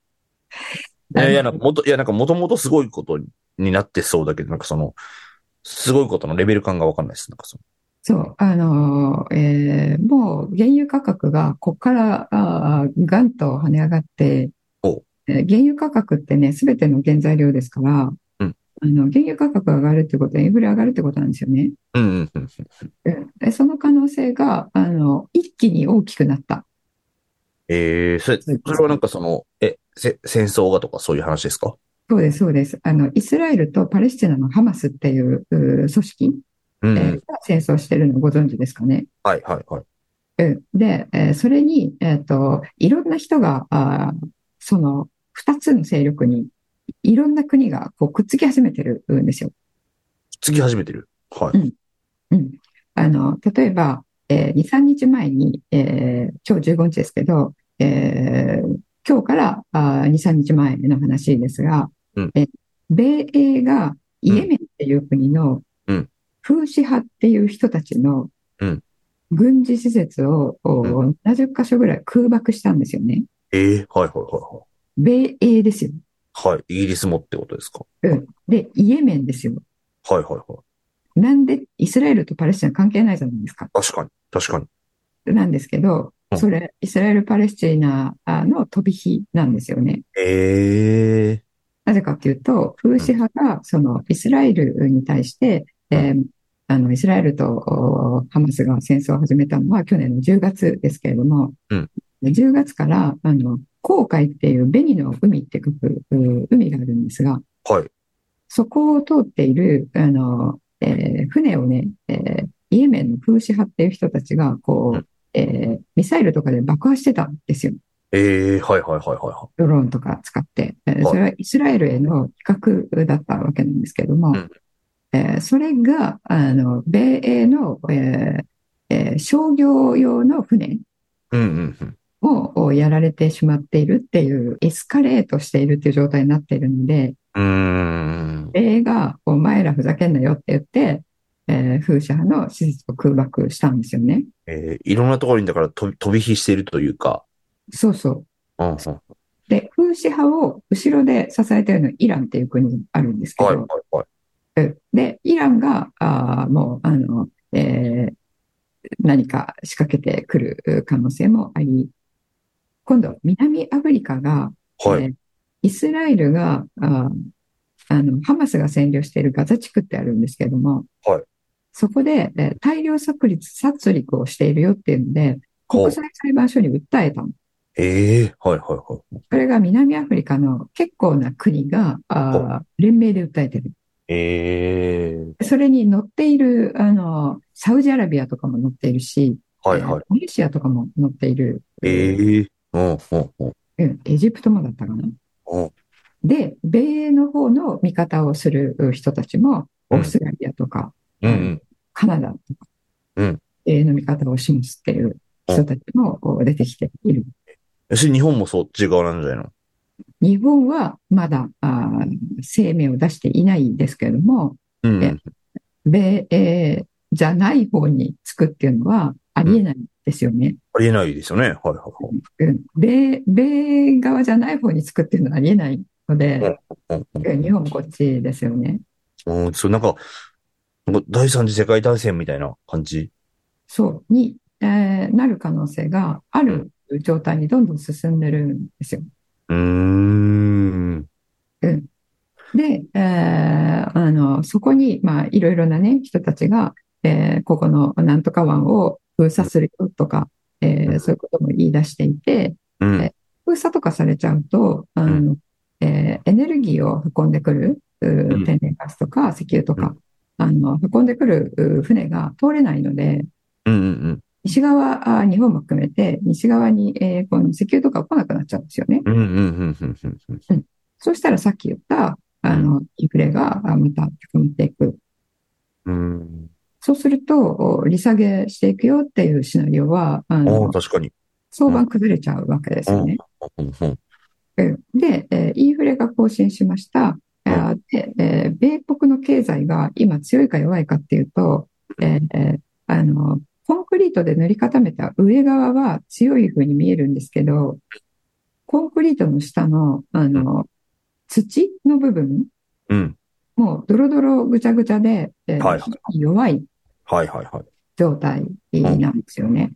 Speaker 3: いや、いや、なんかもと、いや、なんかもともとすごいことになってそうだけど、なんかその、すごいことのレベル感がわかんないです。なんかそ
Speaker 2: そう、あのーえーもう原油価格がここからあーガンと跳ね上がって、
Speaker 3: お
Speaker 2: えー原油価格ってね、すべての原材料ですから、
Speaker 3: うん
Speaker 2: あの原油価格が上がるってことはインフレ上がるってことなんですよね。
Speaker 3: の。うんうんうん。
Speaker 2: うんでその可能性があの一気に大きくなった。
Speaker 3: ええそれ、それはなんかその、え、せ、戦争がとかそういう話ですか
Speaker 2: そうです、そうです。あの、イスラエルとパレスチナのハマスっていうう組織、
Speaker 3: うん
Speaker 2: え
Speaker 3: う
Speaker 2: ー
Speaker 3: ん。
Speaker 2: が戦争してるのご存知ですかね。
Speaker 3: はいはいはい。
Speaker 2: うんで、えーそれに、えっと、いろんな人が、あーその、二つの勢力に、いろんな国がこうくっつき始めてるんですよ。
Speaker 3: つき始めてる。は
Speaker 2: うんうん。あの、例えば、えー、2、3日前に、えー今日15日ですけど、えー今日からあー2、3日前の話ですが、
Speaker 3: うん
Speaker 2: えー米英がイエメンっていう国の、
Speaker 3: うん
Speaker 2: フーシ派っていう人たちの
Speaker 3: うん、
Speaker 2: 軍事施設を、おー70カ所ぐらい空爆したんですよね。
Speaker 3: い。ええはいはいは
Speaker 2: 米英ですよ。
Speaker 3: いはい。はい。イギリスもってことですか
Speaker 2: で、イエメンですよ。
Speaker 3: はいはいはい。
Speaker 2: なんでイスラエルとパレスチナ関係ないじゃないですか。
Speaker 3: 確かに、確かに。
Speaker 2: なんですけど
Speaker 3: う、ん
Speaker 2: それ、イスラエル・パレスチナの飛び火なんですよね。
Speaker 3: ええ
Speaker 2: なぜかっていうと、フーシ派が、その、イスラエルに対して、えーあの、イスラエルとおハマスが戦争を始めたのは去年の10月ですけれども、
Speaker 3: うん
Speaker 2: で10月から、あの、紅海っていうベニの海って書く、う海があるんですが、
Speaker 3: はい。
Speaker 2: そこを通っている、あの、えー船をね、えーイエメンのフーシ派っていう人たちが、こ
Speaker 3: う
Speaker 2: う、えーミサイルとかで爆破してたんですよ。
Speaker 3: ええはいはいはいはいは
Speaker 2: ドローンとか使って、えー
Speaker 3: はい
Speaker 2: それはイスラエルへの比較だったわけなんですけども、
Speaker 3: うん
Speaker 2: えーそれが、あの、米英の、えーえー商業用の船
Speaker 3: い。うんうんうん。
Speaker 2: ををやられてしまっているっていう、エスカレートしているっていう状態になっているので、
Speaker 3: うーん。
Speaker 2: 米英が、お前らふざけんなよって言って、えー風車派の施設を空爆したんですよね。
Speaker 3: ええいろんなところにだから飛び飛び火しているというか。
Speaker 2: そうそう。
Speaker 3: うんうん。はい
Speaker 2: で、風刺派を後ろで支えているのはイランっていう国があるんですけど、
Speaker 3: はいはい。
Speaker 2: で、イランが、あーもう、あの、えー何か仕掛けてくる可能性もあり、今度、南アフリカが、
Speaker 3: はい。
Speaker 2: えーイスラエルが、あーあの、ハマスが占領しているガザ地区ってあるんですけども、
Speaker 3: はい
Speaker 2: そこで、えー大量殺戮殺戮をしているよっていうので、
Speaker 3: ほう
Speaker 2: 国際裁判所に訴えたの。
Speaker 3: ええはいはいはい。
Speaker 2: それが南アフリカの結構な国が、
Speaker 3: ほ
Speaker 2: あー連名で訴えてる。
Speaker 3: ええ
Speaker 2: それに乗っている、あの、サウジアラビアとかも乗っているし、
Speaker 3: はいはい。
Speaker 2: マレーシアとかも乗っている、
Speaker 3: ええうんうんうん。
Speaker 2: うん、エジプトもだったかな。
Speaker 3: うん
Speaker 2: で、米英の方の味方をする人たちも、
Speaker 3: う
Speaker 2: オ
Speaker 3: ん
Speaker 2: ーストラリアとか、
Speaker 3: うんうん。
Speaker 2: カナダとか、
Speaker 3: うん
Speaker 2: 米英の味方を示すっていう人たちもこう出てきている。
Speaker 3: えそれ日本もそっち側なんじゃないの
Speaker 2: 日本はまだあー声明を出していないですけれども、
Speaker 3: うん
Speaker 2: え米英じゃない方につくっていうのはありえないですよね。
Speaker 3: ありえないですよね。はいはいはい。
Speaker 2: うん米、米側じゃない方につくっていうのはありえないので、
Speaker 3: うんうん
Speaker 2: うん日本もこっちですよね。
Speaker 3: うん、そう、なんか、なんか第三次世界大戦みたいな感じ。
Speaker 2: そう、に、えーなる可能性がある状態にどんどん進んでるんですよ。
Speaker 3: うーん。
Speaker 2: で、えーあの、そこに、まあ、いろいろなね、人たちが、えーここのなんとか湾を封鎖するよとか、えー
Speaker 3: うん
Speaker 2: そういうことも言い出していて、
Speaker 3: うん。
Speaker 2: え封鎖とかされちゃうと、あ
Speaker 3: う
Speaker 2: の、えーエネルギーを運んでくる、う
Speaker 3: うん
Speaker 2: ー天然ガスとか石油とか、あの、運んでくるうー船が通れないので、
Speaker 3: うんうん
Speaker 2: 西側、あ日本も含めて、西側に、えーこの石油とか来なくなっちゃうんですよね。
Speaker 3: うん。うんうんうんうんうんうん。
Speaker 2: そうしたらさっき言った、あの、インフレがあまた高まっていく。
Speaker 3: うん。
Speaker 2: そうすると、お利下げしていくよっていうシナリオは、あ
Speaker 3: ああ、
Speaker 2: の、
Speaker 3: 確かに。
Speaker 2: 相場崩れちゃうわけですよね。
Speaker 3: うんうん
Speaker 2: うんで、えーインフレが更新しました。えーで、えー米国の経済が今強いか弱いかっていうと、えーえーあの、コンクリートで塗り固めた上側は強い風に見えるんですけど、コンクリートの下の、あの、土の部分、
Speaker 3: うん。
Speaker 2: もうドロドロぐちゃぐちゃで、えー
Speaker 3: はい
Speaker 2: 弱い
Speaker 3: はいはいはい。
Speaker 2: 状態なんですよね。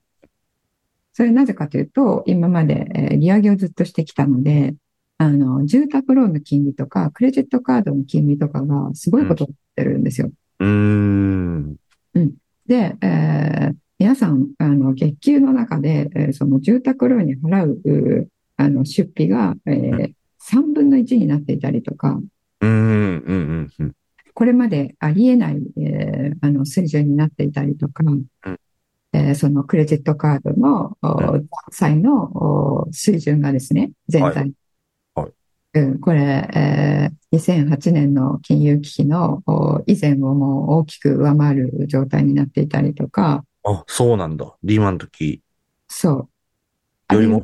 Speaker 2: それなぜかというと、今までえー利上げをずっとしてきたので、あの、住宅ローンの金利とか、クレジットカードの金利とかがすごいことになってるんですよ。
Speaker 3: うーん。
Speaker 2: で、えー皆さん、あの、月給の中で、えーその住宅ローンに払う、うーあの、出費が、えー3分の1になっていたりとか、
Speaker 3: うんうんうんうん。
Speaker 2: これまでありえない、えーあの水準になっていたりとか、えーそのクレジットカードの
Speaker 3: う
Speaker 2: 債のお水準がですね、全体。
Speaker 3: はいは
Speaker 2: うん、これ、えー2008年の金融危機のお以前をもう大きく上回る状態になっていたりとか、
Speaker 3: あ、そうなんだ。リーマンの時
Speaker 2: そう。あ
Speaker 3: よ
Speaker 2: る
Speaker 3: り
Speaker 2: いは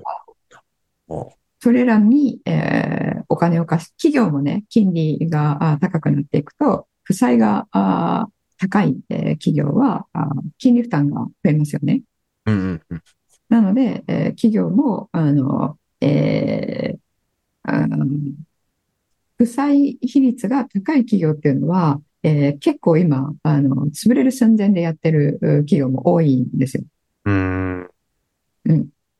Speaker 3: も。あ
Speaker 2: それらに、えーお金を貸す、企業もね、金利があー高くなっていくと、負債があー高い、えー企業はあー金利負担が増えますよね。
Speaker 3: うんうんうん。
Speaker 2: なので、えー企業も、あの、えーあの負債比率が高い企業っていうのは、えー結構今、あの、潰れる寸前でやってるう企業も多いんですよ。
Speaker 3: うん。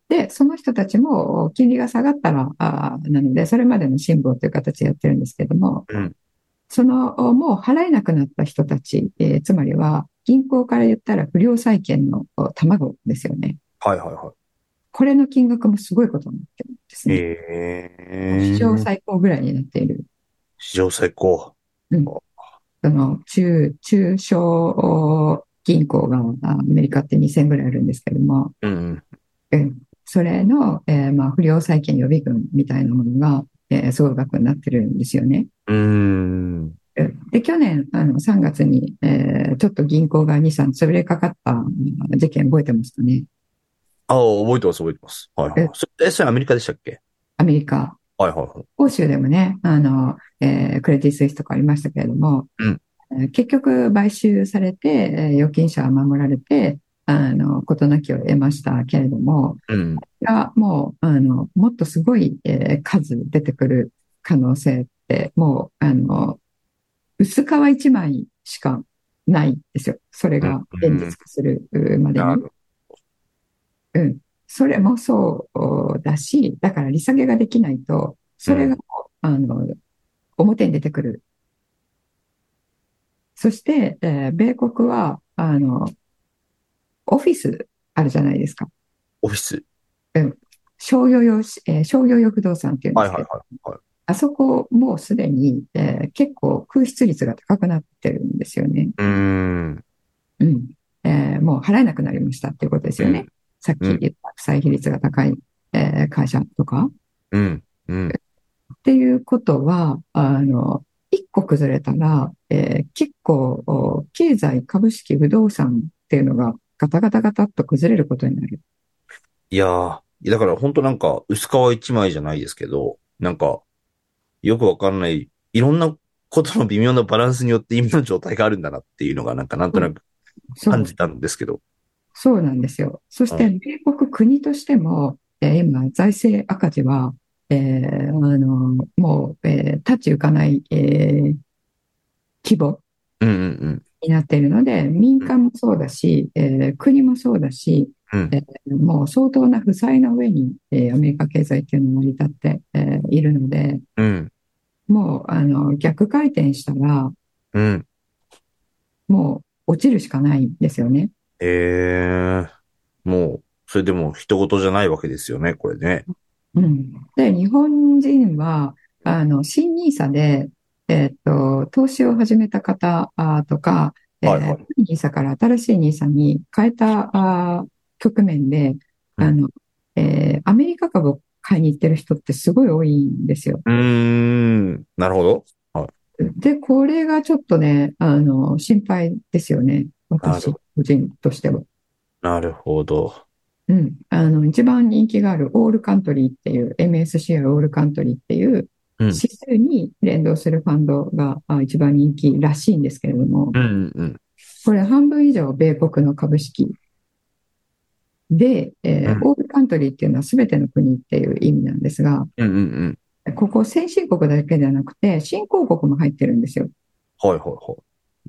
Speaker 2: で、その人たちもお金利が下がったら、あーなので、それまでの辛抱という形でやってるんですけども、
Speaker 3: うん
Speaker 2: その、おもう払えなくなった人たち、えーつまりは、銀行から言ったら不良債権のお卵ですよね。
Speaker 3: はいはいは
Speaker 2: これの金額もすごいことになってるんです
Speaker 3: い。
Speaker 2: ね。
Speaker 3: え
Speaker 2: 史上最高ぐらいになっている。
Speaker 3: 史上最高。
Speaker 2: その中、中小銀行があアメリカって2000ぐらいあるんですけども、
Speaker 3: うん。
Speaker 2: うんそれの、えーまあ、不良債権予備軍みたいなものが、えーすごい額になってるんですよね。
Speaker 3: うん。
Speaker 2: うんで、去年、あの、3月に、えーちょっと銀行が2、3潰れかかったうん事件覚えてますかね。
Speaker 3: ああ、覚えてます覚えてます。はいはい
Speaker 2: え。
Speaker 3: それえ、それアメリカでしたっけ
Speaker 2: アメリカ。
Speaker 3: はいはいはい。
Speaker 2: 欧州でもね、あの、えークレディ・スイスとかありましたけれども、
Speaker 3: うん
Speaker 2: えー結局買収されて、えー預金者は守られて、あの、事なきを得ましたけれども、
Speaker 3: うん。
Speaker 2: がもう、あの、もっとすごい、えー数出てくる可能性って、もう、あの、薄皮一枚しかないんですよ。それが
Speaker 3: うん
Speaker 2: 現実化するうまで
Speaker 3: な
Speaker 2: に。
Speaker 3: る
Speaker 2: うん。それもそうだし、だから利下げができないと、それが、あの、表に出てくる。そして、えー米国は、あの、オフィスあるじゃないですか。
Speaker 3: オフィス。
Speaker 2: 商業用し、えー商業用不動産っていうんで
Speaker 3: はい
Speaker 2: す
Speaker 3: はい
Speaker 2: け
Speaker 3: はい
Speaker 2: ど、。あそこもうすでに、えー結構空室率が高くなってるんですよね。
Speaker 3: うん。
Speaker 2: うん。えーもう払えなくなりましたっていうことですよね。
Speaker 3: うん
Speaker 2: さっき言った負債比率が高い、えー会社とか。
Speaker 3: うん。うん。
Speaker 2: っていうことは、あの、一個崩れたら、えー結構、お経済、株式、不動産っていうのがガタガタガタっと崩れることになる。
Speaker 3: いやー、だから本当なんか薄皮一枚じゃないですけど、なんか、よくわかんない、いろんなことの微妙なバランスによって今の状態があるんだなっていうのがなんかなんとなく
Speaker 2: そう
Speaker 3: 感じたんですけど。
Speaker 2: そうなんですよ。そして、米国国としても、えー今、財政赤字は、えーあの、もう、えー立ち行かない、えー規模
Speaker 3: うんうん
Speaker 2: になっているので、民間もそうだし、えー国もそうだし、
Speaker 3: うん。うん。
Speaker 2: えーもう相当な負債の上に、えーアメリカ経済っていうのも成り立って、えーいるので、
Speaker 3: うん。
Speaker 2: もう、あの、逆回転したら、
Speaker 3: うん。
Speaker 2: もう落ちるしかないんですよね。
Speaker 3: えー、もう、それでも人事じゃないわけですよね、これね。
Speaker 2: うんで、日本人は、あの、新ニーサで、えーっと、投資を始めた方あーとか、えー
Speaker 3: はいはい
Speaker 2: 古いニーサから新しいニーサに変えたあー局面で、あの、えーアメリカ株を買いに行ってる人ってすごい多いんですよ。
Speaker 3: うーん。なるほど。
Speaker 2: で、これがちょっとね、あの、心配ですよね。
Speaker 3: なる
Speaker 2: 私
Speaker 3: ほ、
Speaker 2: 個人としては。
Speaker 3: なるほど。
Speaker 2: うん。あの、一番人気があるオールカントリーっていう、MSCI オールカントリーっていう
Speaker 3: うん
Speaker 2: 指数に連動するファンドがあ一番人気らしいんですけれども
Speaker 3: う、んうんうん。
Speaker 2: これ半分以上米国の株式で、えー
Speaker 3: うん
Speaker 2: オールカントリーっていうのは全ての国っていう意味なんですが、
Speaker 3: うんうんうん。
Speaker 2: ここ先進国だけではなくて、新興国も入ってるんですよ。
Speaker 3: はいはいはい。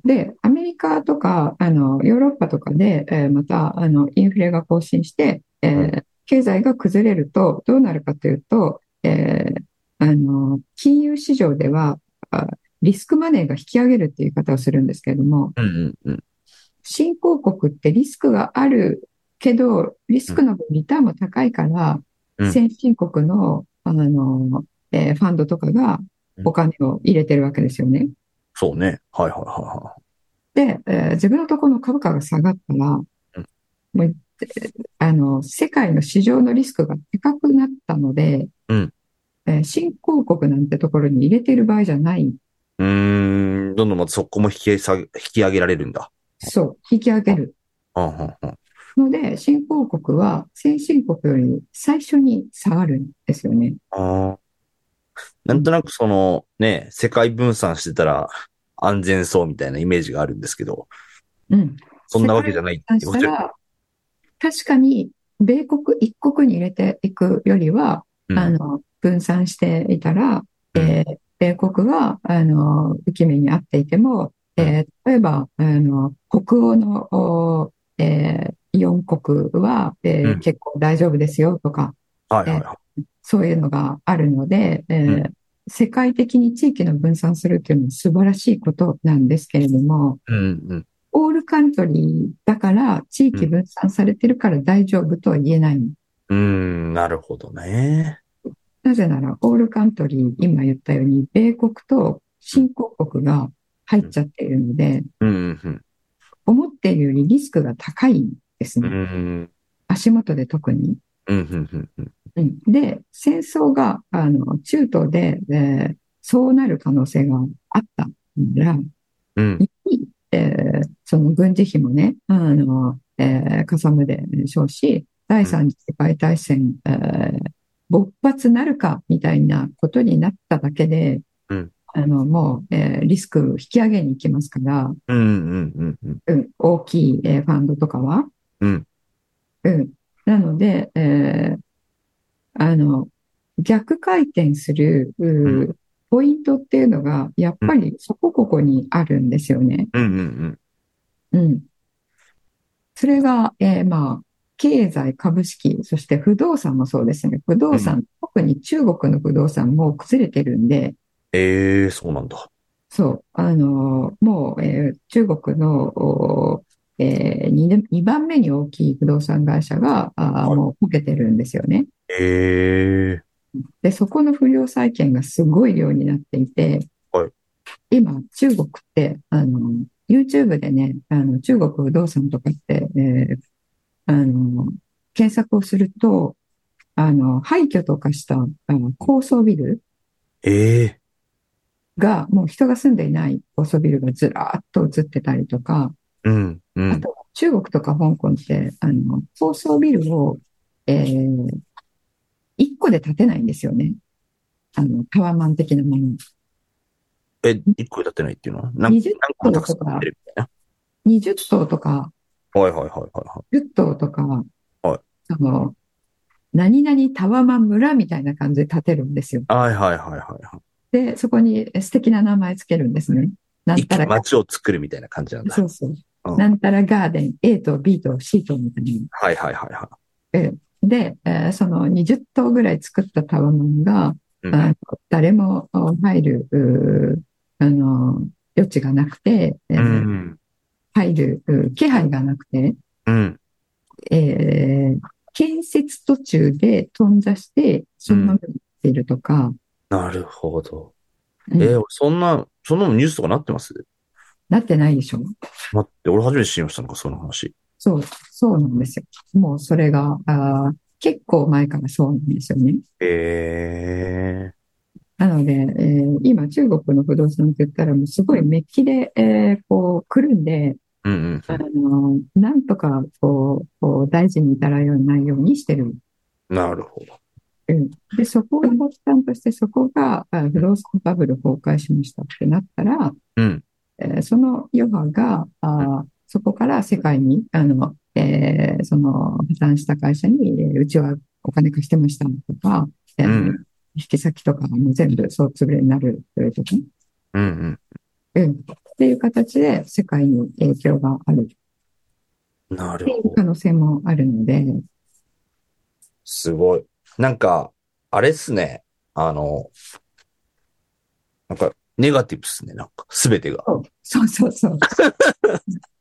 Speaker 2: で、アメリカとか、あの、ヨーロッパとかで、えーまた、あの、インフレが更新して、えー
Speaker 3: うん
Speaker 2: 経済が崩れると、どうなるかというと、えーあの、金融市場では、あリスクマネーが引き上げるっていう言い方をするんですけれども、
Speaker 3: うんうんうん。
Speaker 2: 新興国ってリスクがあるけど、リスクの分リターンも高いから、
Speaker 3: うん
Speaker 2: 先進国の、あの、えーファンドとかがお金を入れてるわけですよね。
Speaker 3: そうね。はいはいはいはい。
Speaker 2: で、えー自分のところの株価が下がったら、もう、えーあの、世界の市場のリスクが高くなったので、
Speaker 3: うん
Speaker 2: えー新興国なんてところに入れている場合じゃない。
Speaker 3: うーん、どんどんまたそこも引き下げ、引き上げられるんだ。
Speaker 2: そう、引き上げる。
Speaker 3: うん、うん、うん。
Speaker 2: ので、新興国は先進国より最初に下がるんですよね。
Speaker 3: あーなんとなくその、ね、世界分散してたら安全そうみたいなイメージがあるんですけど、
Speaker 2: うん。
Speaker 3: そんなわけじゃないって
Speaker 2: そ
Speaker 3: こ
Speaker 2: し
Speaker 3: と
Speaker 2: た
Speaker 3: で
Speaker 2: ら、確かに、米国一国に入れていくよりは、
Speaker 3: うん
Speaker 2: あの、分散していたら、
Speaker 3: うん
Speaker 2: えー米国は、あの、浮き目にあっていても、ええー例えば、あの、北欧の、おえー、4国は、えー
Speaker 3: うん
Speaker 2: 結構大丈夫ですよとか、
Speaker 3: はいはいは
Speaker 2: そういうのがあるので、えー
Speaker 3: う
Speaker 2: 世界的に地域の分散するっていうのは素晴らしいことなんですけれども、
Speaker 3: い。うんうん。
Speaker 2: オールカントリーだから、地域分散されてるから大丈夫とは言えないの。
Speaker 3: うーん、なるほどね。
Speaker 2: なぜなら、オールカントリー、今言ったように、米国と新興国が入っちゃっているので、
Speaker 3: うんうん
Speaker 2: 思っているよりリスクが高いんです
Speaker 3: うん。う
Speaker 2: ね。
Speaker 3: ん
Speaker 2: 足元で特に。
Speaker 3: うんうんうん。
Speaker 2: うんで、戦争が、あの、中東で、えーそうなる可能性があったから、
Speaker 3: うん
Speaker 2: えーその軍事費もね、あの、えーかさむでしょうし、第三次世界大戦、えー勃発なるかみたいなことになっただけで、
Speaker 3: うん
Speaker 2: あの、もう、えーリスク引き上げに行きますから、
Speaker 3: うんうんうんうん。
Speaker 2: うん、大きい、えーファンドとかは。
Speaker 3: うん。
Speaker 2: うん。なので、えーあの、逆回転する、う
Speaker 3: う
Speaker 2: ポイントっていうのが、やっぱりそこここにあるんですよね。
Speaker 3: うんうん
Speaker 2: うん。それが、えーまあ、経済、株式、そして不動産もそうですね。不動産、特に中国の不動産も崩れてるんで、
Speaker 3: ええー、そうなんだ。
Speaker 2: そう、あのーもう、えー中国の、おーえー、2, 二番目に大きい不動産会社が、あー
Speaker 3: はい
Speaker 2: もう受けてるんですよね。
Speaker 3: ええ
Speaker 2: で、そこの不良債権がすごい量になっていて
Speaker 3: はい、
Speaker 2: 今、中国って、あの、YouTube でね、あの、中国不動産とかって、えーあの、検索をすると、あの、廃墟とかした、あの、高層ビル
Speaker 3: ー、ええ
Speaker 2: が、もう人が住んでいない高層ビルがずらーっと映ってたりとか、
Speaker 3: ー、うんう
Speaker 2: あ
Speaker 3: ん。
Speaker 2: とは中国とか香港って、あの、高層ビルを、えー、一個で建てないんですよね。あの、タワマン的なもの。
Speaker 3: え、一個立ってないっていうのは何
Speaker 2: 20
Speaker 3: 何個もたくさん立ってるみたい
Speaker 2: 20棟とか、
Speaker 3: な。はいはいはいはいは
Speaker 2: 10棟とか、
Speaker 3: はい
Speaker 2: その、何々タワマン村みたいな感じで建てるんですよ。
Speaker 3: い。はいはいはいはいは。
Speaker 2: で、そこに素敵な名前つけるんですね。ないん
Speaker 3: 一
Speaker 2: た
Speaker 3: 気に
Speaker 2: ら、
Speaker 3: 街を作るみたいな感じなんだ。
Speaker 2: そうそう
Speaker 3: う。ん
Speaker 2: なんたらガーデン A と B と C とみたいな。
Speaker 3: はいはいはいは
Speaker 2: で、えーその20棟ぐらい作ったタワマンが、
Speaker 3: い。うん
Speaker 2: あの誰もお入る、うーあの、余地がなくて、え
Speaker 3: う
Speaker 2: ー
Speaker 3: ん。
Speaker 2: 入るう気配がなくて、
Speaker 3: うん。
Speaker 2: えー建設途中で頓挫して、そのまま売っているとか、
Speaker 3: なるほど。え
Speaker 2: うん
Speaker 3: ー、俺そんな、そんなのニュースとかなってます
Speaker 2: なってないでしょ
Speaker 3: 待って、俺初めて知りましたのか、その話。
Speaker 2: そう、そうなんですよ。もうそれが、あー結構前からそうなんですよね。
Speaker 3: ええ
Speaker 2: なので、えー今中国の不動産って言ったらもうすごいメッキで、えーこう来るんで、
Speaker 3: ー。うんうん
Speaker 2: あのーなんとかこう、こう大事に至らないようにしてる。
Speaker 3: うん。なるほど。
Speaker 2: で、そこが発端として、そこがあ不動産バブル崩壊しましたってなったら、
Speaker 3: うん。
Speaker 2: えーその余波が、あーそこから世界に、あの、えーその破綻した会社に、えーうちはお金貸してましたとか、えー
Speaker 3: うん
Speaker 2: 引き先とかも全部そう潰れになるという時
Speaker 3: うんうん。
Speaker 2: うん、っていう形で世界に影響がある
Speaker 3: なる
Speaker 2: ってい
Speaker 3: ほ
Speaker 2: う
Speaker 3: ど。
Speaker 2: 可能性もあるので、
Speaker 3: すごい。なんか、あれっすね。あの、なんか、ネガティブっすね。なんか、すべてが。
Speaker 2: そうそうそう。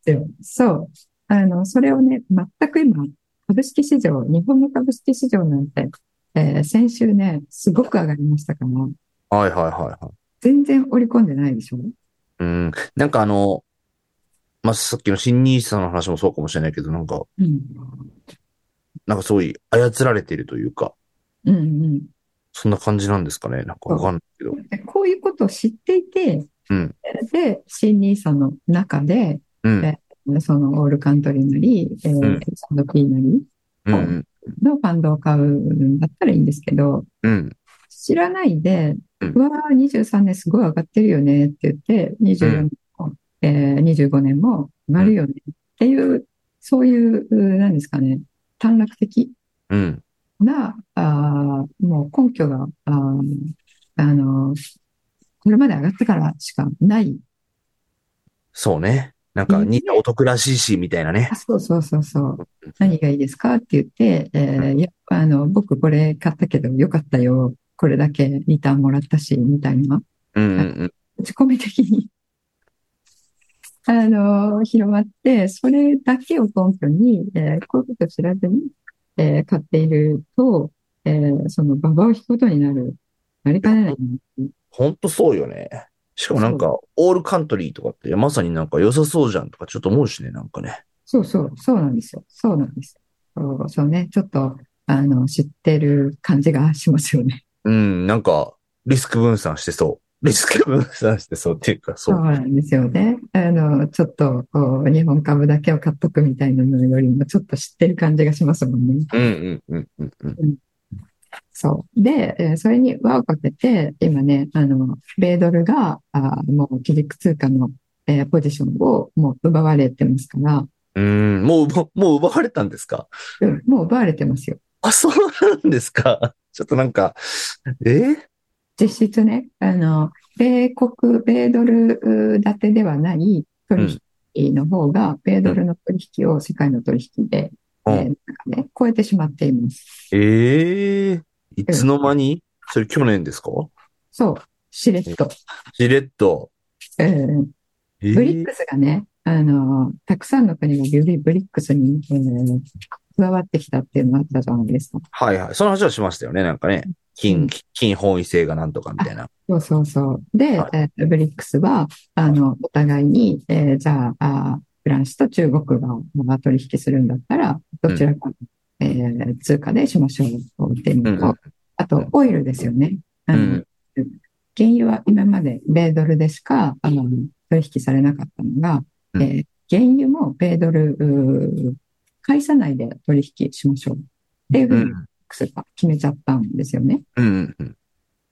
Speaker 2: でそう。あの、それをね、全く今、株式市場、日本の株式市場なんて、えー先週ね、すごく上がりましたから、
Speaker 3: はいはいはいはい。
Speaker 2: 全然織り込んでないでしょ
Speaker 3: うん。なんかあの、まあ、さっきの新ニーサの話もそうかもしれないけど、なんか、
Speaker 2: うん。
Speaker 3: なんかすごい操られてるというか、
Speaker 2: うんうん。
Speaker 3: そんな感じなんですかね。なんかわかんないけど。
Speaker 2: でこういうことを知っていて、
Speaker 3: うん
Speaker 2: で、新ニーサの中で、
Speaker 3: うん。
Speaker 2: そのオールカントリーなり、えー
Speaker 3: うん
Speaker 2: サンドピーなり
Speaker 3: うんうん。
Speaker 2: のファンドを買うんだったらいいんですけど、
Speaker 3: うん。
Speaker 2: 知らないで、
Speaker 3: うん
Speaker 2: うわー、23年すごい上がってるよねって言って、24年も、えー25年も上がるよねっていう、そういう、うなんですかね、短絡的
Speaker 3: うん。
Speaker 2: な、あーもう根拠が、あーあの、これまで上がったからしかない
Speaker 3: そうね。なんか、
Speaker 2: うん
Speaker 3: 似たお得らしいし、みたいなね
Speaker 2: あ、。そうそうそうそう。何がいいですかって言って、えーいや、あの、僕これ買ったけどよかったよ。これだけ2ターンもらったし、みたいな。
Speaker 3: うんうんうん。
Speaker 2: 口コミ的に、 あの、広まって、それだけを根拠に、えーこういうことを知らずに、えー買っていると、えーその、ババを引くことになる、なりかねない。
Speaker 3: ほんとそうよね。しかもなんか、オールカントリーとかって、まさになんか良さそうじゃんとかちょっと思うしね、なんかね。
Speaker 2: そうそう、そうなんですよ。そうなんです。そうそうね、ちょっと、あの、知ってる感じがしますよね。
Speaker 3: うん、なんか、リスク分散してそう。リスク分散してそうっていうか、そ
Speaker 2: そう
Speaker 3: う。
Speaker 2: なんですよね。あの、ちょっと、こう、日本株だけを買っとくみたいなのよりも、ちょっと知ってる感じがしますもんね。
Speaker 3: うんうんうんうんうん。
Speaker 2: そう。で、えーそれに輪をかけて、今ね、あの、米ドルが、あーもう、基軸通貨の、えーポジションをもう奪われてますから、
Speaker 3: うん、もう奪、もう奪われたんですか
Speaker 2: うんもう奪われてますよ。
Speaker 3: あ、そうなんですかちょっとなんか、え
Speaker 2: 実質ね、あの、米国、米ドルうー建てではない取引の方が、米ドルの取引を世界の取引で、え
Speaker 3: う
Speaker 2: ー
Speaker 3: ん
Speaker 2: なんかね、超えてしまっています。
Speaker 3: ええいつの間にそれ去年ですか
Speaker 2: そう、しれっと。
Speaker 3: しれっと。
Speaker 2: えー
Speaker 3: えー
Speaker 2: ブリックスがね、あの、たくさんの国がブリブリックスに、えー加わってきたっていうのがあったじゃないですか。
Speaker 3: はいはい。その話はしましたよね。なんかね。
Speaker 2: う
Speaker 3: 金
Speaker 2: ん、
Speaker 3: 金本位制がなんとかみたいな。
Speaker 2: そうそうそう。で、
Speaker 3: は
Speaker 2: えーブリックスは、あの、お互いに、えーじゃああー、フランスと中国がまあ取引するんだったら、どちらか、えー通貨でしましょうっていうのと、
Speaker 3: うん
Speaker 2: あと、オイルですよね。あの
Speaker 3: うん
Speaker 2: 原油は今まで米ドルでしか、あの、取引されなかったのが、
Speaker 3: うん
Speaker 2: えー原油も米ドル、うー返さないで取引しましょうっていうふ
Speaker 3: う
Speaker 2: うに、ブリッ
Speaker 3: ん。
Speaker 2: クスが決めちゃったんですよね。
Speaker 3: うん。うん。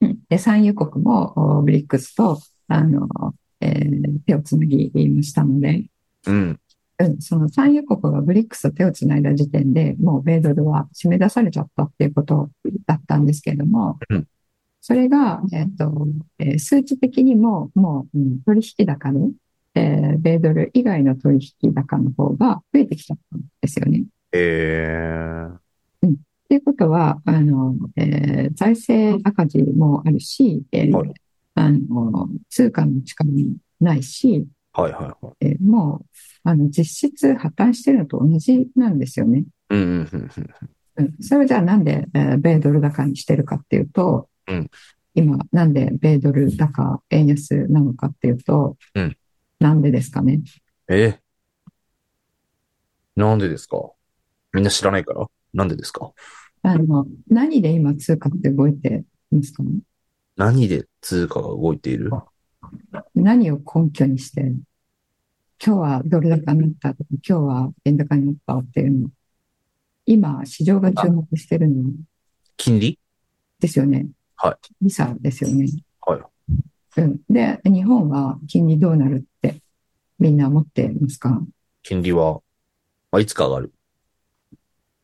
Speaker 2: うんで、産油国もおブリックスと、あの、えー手をつなぎましたので、
Speaker 3: うん。
Speaker 2: うん、その産油国がブリックスと手をつないだ時点でもう米ドルは締め出されちゃったっていうことだったんですけれども
Speaker 3: うん、
Speaker 2: それが、えっと、えー数値的にも、もう、うん取引高で、えー米ドル以外の取引高の方が増えてきちゃったんですよね。
Speaker 3: えー。
Speaker 2: ということは、あの、えー財政赤字もあるし、えー
Speaker 3: はい
Speaker 2: あの、通貨の力もないし、
Speaker 3: はいはいはい。
Speaker 2: えーもう、あの、実質破綻してるのと同じなんですよね。
Speaker 3: うんうんうんうん。
Speaker 2: うん、それじゃあなんで、えー米ドル高にしてるかっていうと、
Speaker 3: うん
Speaker 2: 今、なんで米ドル高、円安なのかっていうと、
Speaker 3: うん
Speaker 2: なんでですかね。
Speaker 3: えなんでですかみんな知らないからなんでですか
Speaker 2: あの、何で今通貨って動いてますかね
Speaker 3: 何で通貨が動いている
Speaker 2: 何を根拠にして、今日はドル高になったとか、今日は円高になったっていうの。今、市場が注目してるの
Speaker 3: 金利
Speaker 2: ですよね。
Speaker 3: は
Speaker 2: ミサですよね。
Speaker 3: は
Speaker 2: う
Speaker 3: い。
Speaker 2: ん。で、日本は金利どうなるってみんな思ってますか
Speaker 3: 金利は、まあ、いつか上がる。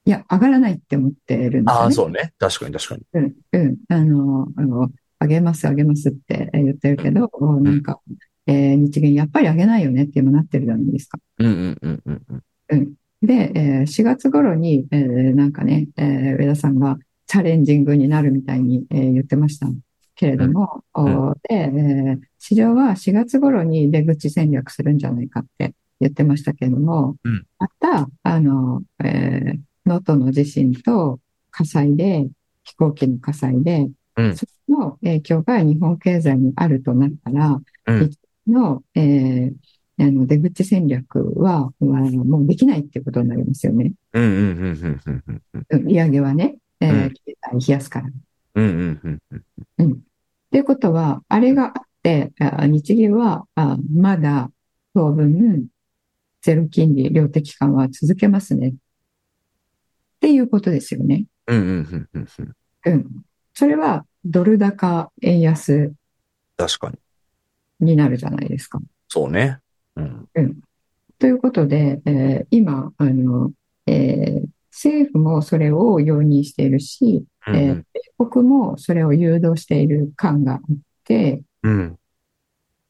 Speaker 2: いや、上がらないって思ってるんですよね。
Speaker 3: ああ、そうね。確かに確かに。
Speaker 2: うん、うん、あの、あの、上げます、上げますってえー言ってるけど、なんか、えー日銀やっぱり上げないよねって今なってるじゃないですか。
Speaker 3: うんうんうんうんうん。
Speaker 2: で、えー4月頃に、えーなんかね、えー上田さんがチャレンジングになるみたいに、えー言ってましたけれども、
Speaker 3: ん
Speaker 2: おーで、えー市場は4月頃に出口戦略するんじゃないかって言ってましたけれども
Speaker 3: うん、
Speaker 2: また、あの、えー能登の地震と火災で、飛行機の火災で、
Speaker 3: うん
Speaker 2: それの影響が日本経済にあるとなったら、
Speaker 3: うん
Speaker 2: の、えーあの出口戦略は、まあもうできないっていうことになりますよね。
Speaker 3: うんうんうんうんうんうんうん。
Speaker 2: うん利上げはね、え
Speaker 3: う
Speaker 2: ー
Speaker 3: ん
Speaker 2: 経済冷やすから。
Speaker 3: うんうんうんうん。
Speaker 2: ということは、あれがあって、あ日銀はあまだ当分、ゼロ金利、量的緩和は続けますね。っていうことですよね。
Speaker 3: うんうんうんうんうん。
Speaker 2: うん。それは、ドル高、円安
Speaker 3: 確かに。
Speaker 2: になるじゃないですか。
Speaker 3: そうね。うん。
Speaker 2: ということで、えー今、あの、えー政府もそれを容認しているし、
Speaker 3: うんうん
Speaker 2: 僕もそれを誘導している感があって、
Speaker 3: うん。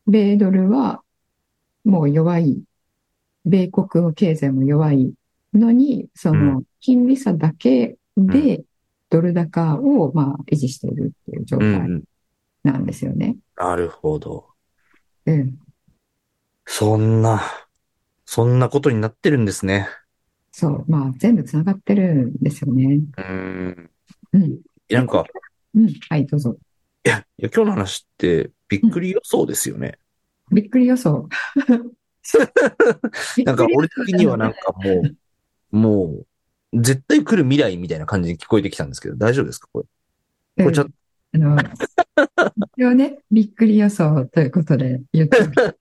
Speaker 2: 米ドルはもう弱い、米国の経済も弱いのに、そうの金利差だけでドル高をまあ維持しているっていう状
Speaker 3: うんう
Speaker 2: 態
Speaker 3: ん。
Speaker 2: なんですよね。
Speaker 3: なるほど。
Speaker 2: うん。
Speaker 3: そんな、そんなことになってるんですね。
Speaker 2: そう。まあ全部つながってるんですよね。
Speaker 3: うん。
Speaker 2: うん。
Speaker 3: なんか、
Speaker 2: うん。はい、どうぞ。
Speaker 3: いや、いや今日の話ってびっくり予想ですよね。
Speaker 2: びっくり予 想。
Speaker 3: なんか俺的にはなんかもう、もう、絶対来る未来みたいな感じに聞こえてきたんですけど、大丈夫ですかこれ。これちょっと、
Speaker 2: あの、一応ね、びっくり予想ということで言ってみたいと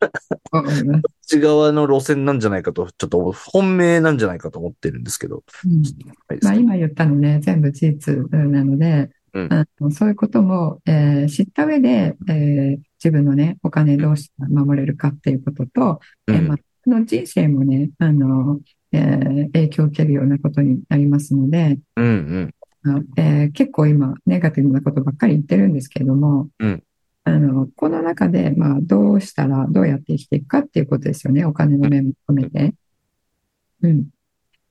Speaker 2: 思います。
Speaker 3: こっち側の路線なんじゃないかと、ちょっと本命なんじゃないかと思ってるんですけど。
Speaker 2: うん
Speaker 3: はい
Speaker 2: まあ、今言ったのね、全部事実なので、
Speaker 3: うん
Speaker 2: あのそういうことも、えー知った上で、えー自分のね、お金どうして守れるかっていうことと、
Speaker 3: う
Speaker 2: えーまあ
Speaker 3: ん、、
Speaker 2: その人生もね、あの、えー影響を受けるようなことになりますので、
Speaker 3: うん、うん。
Speaker 2: あのえー結構今、ネガティブなことばっかり言ってるんですけれども、
Speaker 3: うん
Speaker 2: あの、この中で、まあ、どうしたら、どうやって生きていくかっていうことですよね。お金の面も含めて。うん。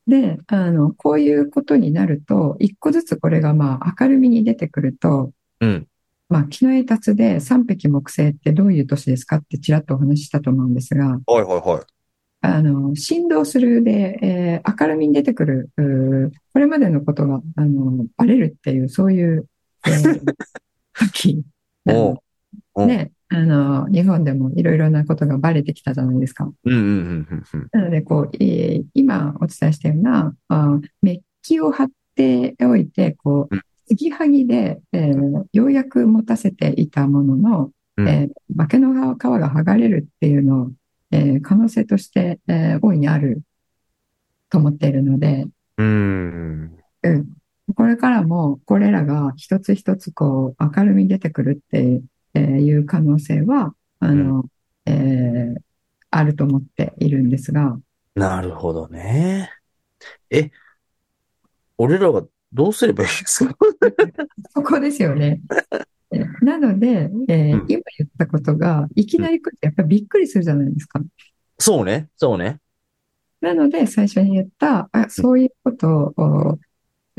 Speaker 2: で、あの、こういうことになると、一個ずつこれが、まあ、明るみに出てくると、
Speaker 3: うん。
Speaker 2: まあ、昨日栄達で三匹木星ってどういう年ですかってちらっとお話ししたと思うんですが、
Speaker 3: はいはいはい。
Speaker 2: あの、振動するで、えー明るみに出てくる、うーこれまでのことが、あの、バレるっていう、そういう、え ー時な
Speaker 3: おう
Speaker 2: の
Speaker 3: おう
Speaker 2: で、あの、日本でもいろいろなことがバレてきたじゃないですか。
Speaker 3: うんうんうんうんうん。
Speaker 2: なので、こう、えー今お伝えしたような、あーメッキを貼っておいて、こう
Speaker 3: うん、
Speaker 2: 継ぎはぎで、えーようやく持たせていたものの、
Speaker 3: うん
Speaker 2: えー化けの皮が剥がれるっていうのを、えー可能性として、えー大いにあると思っているので、
Speaker 3: うーん。
Speaker 2: うん、これからもこれらが一つ一つこう明るみに出てくるってえーいう可能性は、あの、えーあると思っているんですが、
Speaker 3: なるほどね。え、俺らはどうすればいいですか
Speaker 2: そこですよね。えーなので、えー
Speaker 3: うん
Speaker 2: 今言ったことが、いきなり来るとやっぱりびっくりするじゃないですか。
Speaker 3: そうね、そうね。
Speaker 2: なので、最初に言った、あ、そういうことを、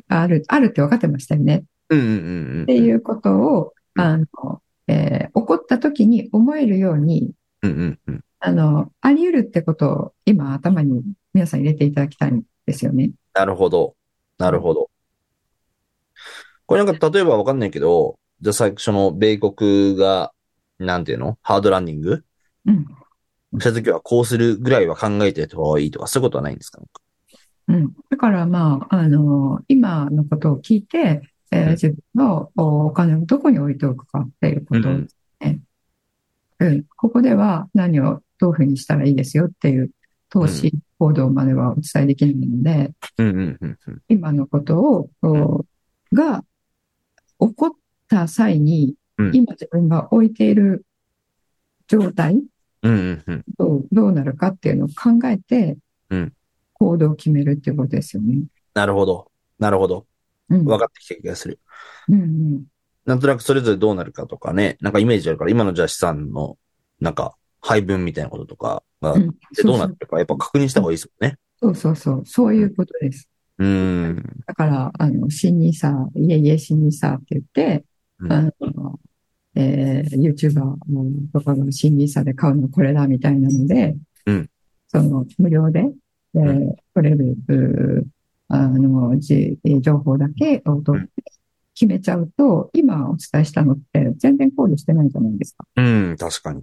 Speaker 2: ある、あるって分かってましたよね。
Speaker 3: うんうんうんうん。
Speaker 2: っていうことを、あの、えー起こった時に思えるように、
Speaker 3: うんうんうん。
Speaker 2: あの、あり得るってことを今頭に皆さん入れていただきたいんですよね。
Speaker 3: なるほど。なるほど。これなんか例えばわかんないけど、じゃあ最初の米国が、なんていうのハードランディング
Speaker 2: うん。
Speaker 3: した時はこうするぐらいは考えてた方がいいとか、そういうことはないんですか
Speaker 2: うん。だからまあ、あの、今のことを聞いて、えー
Speaker 3: うん
Speaker 2: 自分のおお金をどこに置いておくかっていうことを
Speaker 3: うん
Speaker 2: ね。うん。ここでは何をどういうふうにしたらいいですよっていう投資行動まではお伝えできないので、
Speaker 3: うんうんうんうん。
Speaker 2: 今のことを、こうが、起こった際に
Speaker 3: う、ん
Speaker 2: 今自分が置いている状態、
Speaker 3: うんうんうん。
Speaker 2: どう、どうなるかっていうのを考えて
Speaker 3: うん、
Speaker 2: 行動を決めるっていうことですよね。
Speaker 3: なるほど。なるほど。
Speaker 2: うん。
Speaker 3: 分かってきた気がする。
Speaker 2: うんうん。
Speaker 3: なんとなくそれぞれどうなるかとかね、なんかイメージあるから、今のじゃあ資産の、なんか、配分みたいなこととかが、
Speaker 2: うん
Speaker 3: でどうなってるか、やっぱ確認した方がいいですよね。
Speaker 2: そうそうそう、そういうことです。
Speaker 3: うーん。
Speaker 2: だから、あの、新ニーサー、いえいえ新ニーサーって言って、
Speaker 3: うん
Speaker 2: あの、えー、YouTuber のとかの新ニーサーで買うのこれだみたいなので
Speaker 3: うん、
Speaker 2: その、無料で、え
Speaker 3: う
Speaker 2: ー、取れる、うーあの、じ、情報だけを取って決めちゃうと、今お伝えしたのって全然考慮してないじゃないですか。
Speaker 3: うん、確かに。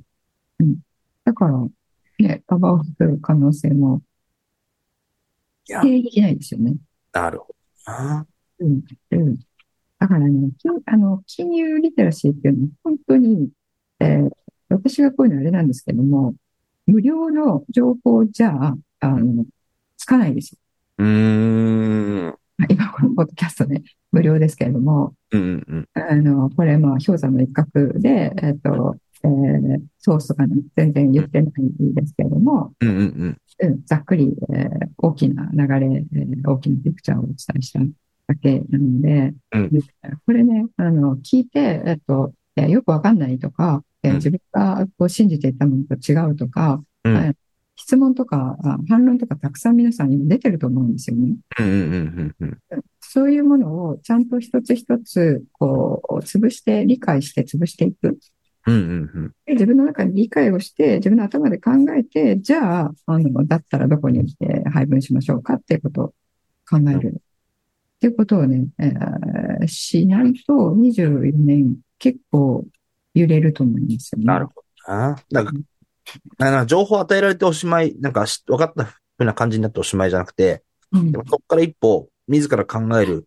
Speaker 2: だから、ね、幅を含る可能性も
Speaker 3: い
Speaker 2: 否
Speaker 3: や、
Speaker 2: 定できないですよね。
Speaker 3: なるほどな。
Speaker 2: うん、うん。だからね、金あの、金融リテラシーっていうのは本当に、えー私がこういうのあれなんですけども、無料の情報じゃあ、あの、つかないですよ。
Speaker 3: うーん。うん
Speaker 2: まあ 今このポッドキャストね、無料ですけれども、
Speaker 3: うんうん。
Speaker 2: あの、これまあ氷山の一角で、えっと、えーソースとかね、全然言ってないですけれども、
Speaker 3: うんうんうん。
Speaker 2: うん、ざっくり、えー大きな流れ、えー大きなピクチャーをお伝えしただけなので、
Speaker 3: うん
Speaker 2: でこれね、あの、聞いて、えっと、えーよくわかんないとか、えー
Speaker 3: うん
Speaker 2: 自分がこう信じていたものと違うとか、
Speaker 3: ううん
Speaker 2: はい質問とか、あ反論とかたくさん皆さんにも出てると思うんですよね。
Speaker 3: うんうんうんうんうん。
Speaker 2: そういうものをちゃんと一つ一つ、こう、潰して、理解して潰していく。
Speaker 3: うんうんうん。
Speaker 2: 自分の中で理解をして、自分の頭で考えて、じゃあ、あの、だったらどこに、えー配分しましょうかっていうことを考える。っていうことをね、えーしないと24年結構揺れると思うんですよね。
Speaker 3: なるほどな。なんか、なんか情報与えられておしまい、なんかし分かったふうな感じになっておしまいじゃなくて、
Speaker 2: うん
Speaker 3: でもそこから一歩、自ら考える、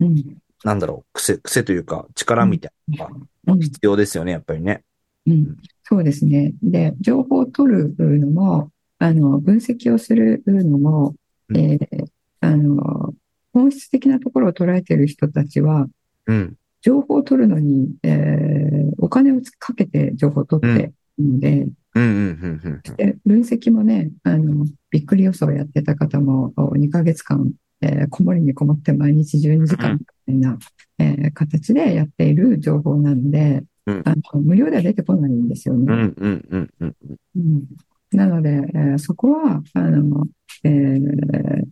Speaker 2: うん。
Speaker 3: なんだろう、癖、癖というか、力みたいなの
Speaker 2: う
Speaker 3: が
Speaker 2: ん
Speaker 3: 必要ですよね、やっぱりね。
Speaker 2: うん、そうですね。で、情報を取るのも、あの、分析をするのも、
Speaker 3: うん
Speaker 2: えーあの、本質的なところを捉えている人たちは、
Speaker 3: うん。
Speaker 2: 情報を取るのに、えーお金をかけて情報を取っているので、
Speaker 3: うんうんうんうんうん。
Speaker 2: で分析もね、あの、びっくり予想をやってた方も、2ヶ月間、えーこもりにこもって毎日12時間みたいな、えー形でやっている情報なので、
Speaker 3: うん
Speaker 2: あの無料では出てこないんですよね。
Speaker 3: うんうんうんうん。
Speaker 2: うんなので、えーそこは、あの、えー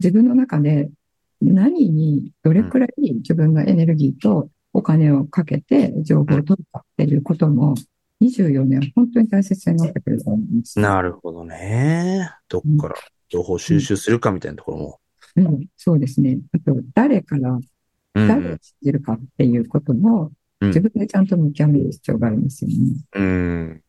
Speaker 2: 自分の中で何にどれくらい自分のエネルギーとお金をかけて情報を取ったっていうことも、24年は本当に大切になってくると思います。
Speaker 3: なるほどね。どっから情報収集するかみたいなところも。
Speaker 2: うん、そうですね。あと、誰から、
Speaker 3: うんう
Speaker 2: 誰を
Speaker 3: ん
Speaker 2: 信じるかっていうことも、
Speaker 3: うん
Speaker 2: 自分でちゃんと見極める必要がありますよね。
Speaker 3: うん。